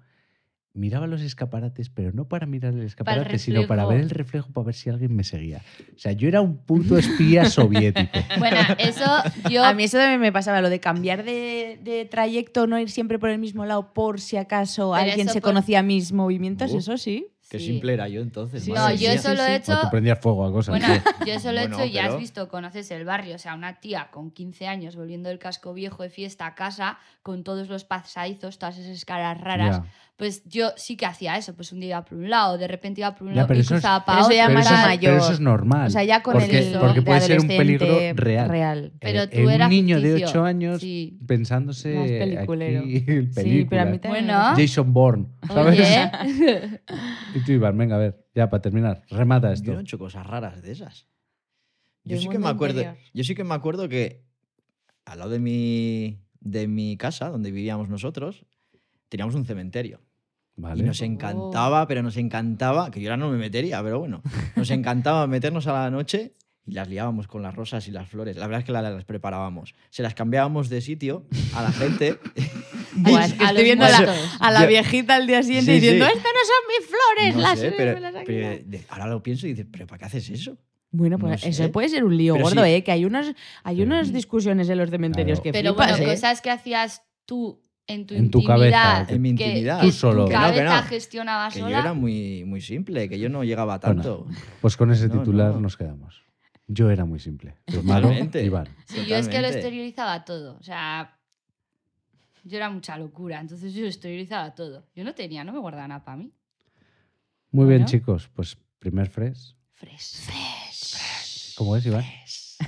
miraba los escaparates, pero no para mirar el escaparate, sino para ver el reflejo, para ver si alguien me seguía. O sea, yo era un puto espía soviético. Bueno, eso [LAUGHS] yo. A mí eso también me pasaba, lo de cambiar de, de trayecto, no ir siempre por el mismo lado por si acaso Pero alguien eso se por- conocía mis movimientos, Uh. eso sí. Qué Sí. simple era yo entonces. Sí, No, madre yo mía. eso lo he hecho. O tú prendías fuego a cosas. Bueno, tío. [LAUGHS] yo eso lo he Bueno, hecho y ya has pero- visto, conoces el barrio, o sea, una tía con 15 años volviendo del casco viejo de fiesta a casa con todos los pasadizos, todas esas caras raras, Ya. pues yo sí que hacía eso, pues un día iba por un lado, de repente iba por un Ya, lado pero y eso es- cruzaba pero para eso ya otro, pero, más eso es, tal. mayor. pero eso es normal. O sea, ya con porque, el porque de puede ser un peligro adolescente real. real. Pero Eh, tú en un eras niño de ficticio. 8 años Sí. pensándose Más aquí [LAUGHS] peliculero. el Sí, pero a mí película. también. Bueno. Jason Bourne, [LAUGHS] ¿sabes? [LAUGHS] Oye, [LAUGHS] [LAUGHS] Y tú, Iván, venga, a ver, ya para terminar, remata Yo esto. no he hecho cosas raras de esas. Yo Del sí que me mundo acuerdo. interior. Yo sí que me acuerdo que al lado de mi, de mi casa, donde vivíamos nosotros, teníamos un cementerio. Vale. Y nos encantaba, pero nos encantaba, que yo ahora no me metería, pero bueno, nos encantaba meternos a la noche y las liábamos con las rosas y las flores. La verdad es que la- las, preparábamos. Se las cambiábamos de sitio a la gente. [LAUGHS] Buah, es que a estoy los viendo a la, muertos. a la Yo- viejita al día siguiente Sí, sí. diciendo, estas no son mis flores, No las, sé, me pero, las han pero quitado". de- ahora lo pienso y dices, ¿pero para qué haces eso? Bueno, pues no eso sé. puede ser un lío Pero gordo, sí. ¿eh? Que hay, unos, hay Sí. unas discusiones en los cementerios Claro. que pero flipas, bueno, ¿eh? cosas que hacías tú en tu En tu intimidad. cabeza, en mi que- intimidad. que Tú solo. Tu Que no, que cabeza no. gestionaba Que sola. yo era muy, muy simple, que yo no llegaba Bueno, tanto. Pues con ese No, titular no. nos quedamos. Yo era muy simple. Tu hermano, Totalmente. pues Iván. Sí, yo es que lo Totalmente. exteriorizaba todo. O sea, yo era mucha locura, entonces yo exteriorizaba todo. Yo no tenía, no me guardaba nada para mí. Muy bien, Bueno. chicos, pues primer fresh. Fresh. ¿Cómo es, Iván?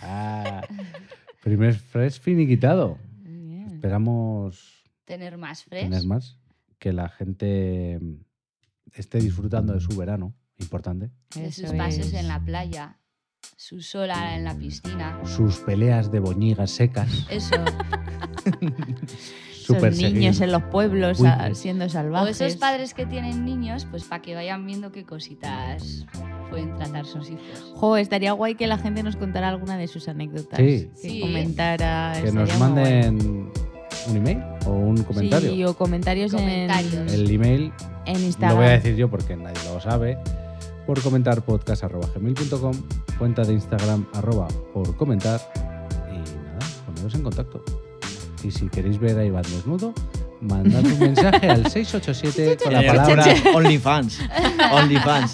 Ah, [LAUGHS] primer fresh finiquitado. Mm. Bien. Esperamos Tener más fresh. tener más. Que la gente mm, esté disfrutando de su verano, importante. De sus Eso pasos es. en la playa, su sola en la piscina. Sus peleas de boñigas secas. Eso. su Esos niños perseguir- en los pueblos Uy, a- uy. siendo o salvajes. esos padres que tienen niños, pues para que vayan viendo qué cositas pueden tratar sus hijos. Jo, estaría guay que la gente nos contara alguna de sus anécdotas. Sí. Que Sí. comentara. Que estaría nos muy guay. manden un email o un comentario. Sí, o comentarios, en- Comentarios. El email En, lo Instagram. voy a decir yo porque nadie lo sabe. Por comentar podcast.gmail.com, cuenta de Instagram arroba por comentar y nada, poneros en contacto. Y si queréis ver a Iván desnudo, mandad un mensaje [LAUGHS] al 687 con la En el palabra. OnlyFans. OnlyFans.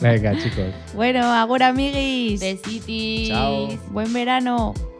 Venga, chicos. Bueno, ahora amiguis. Besitis. Chao. Buen verano.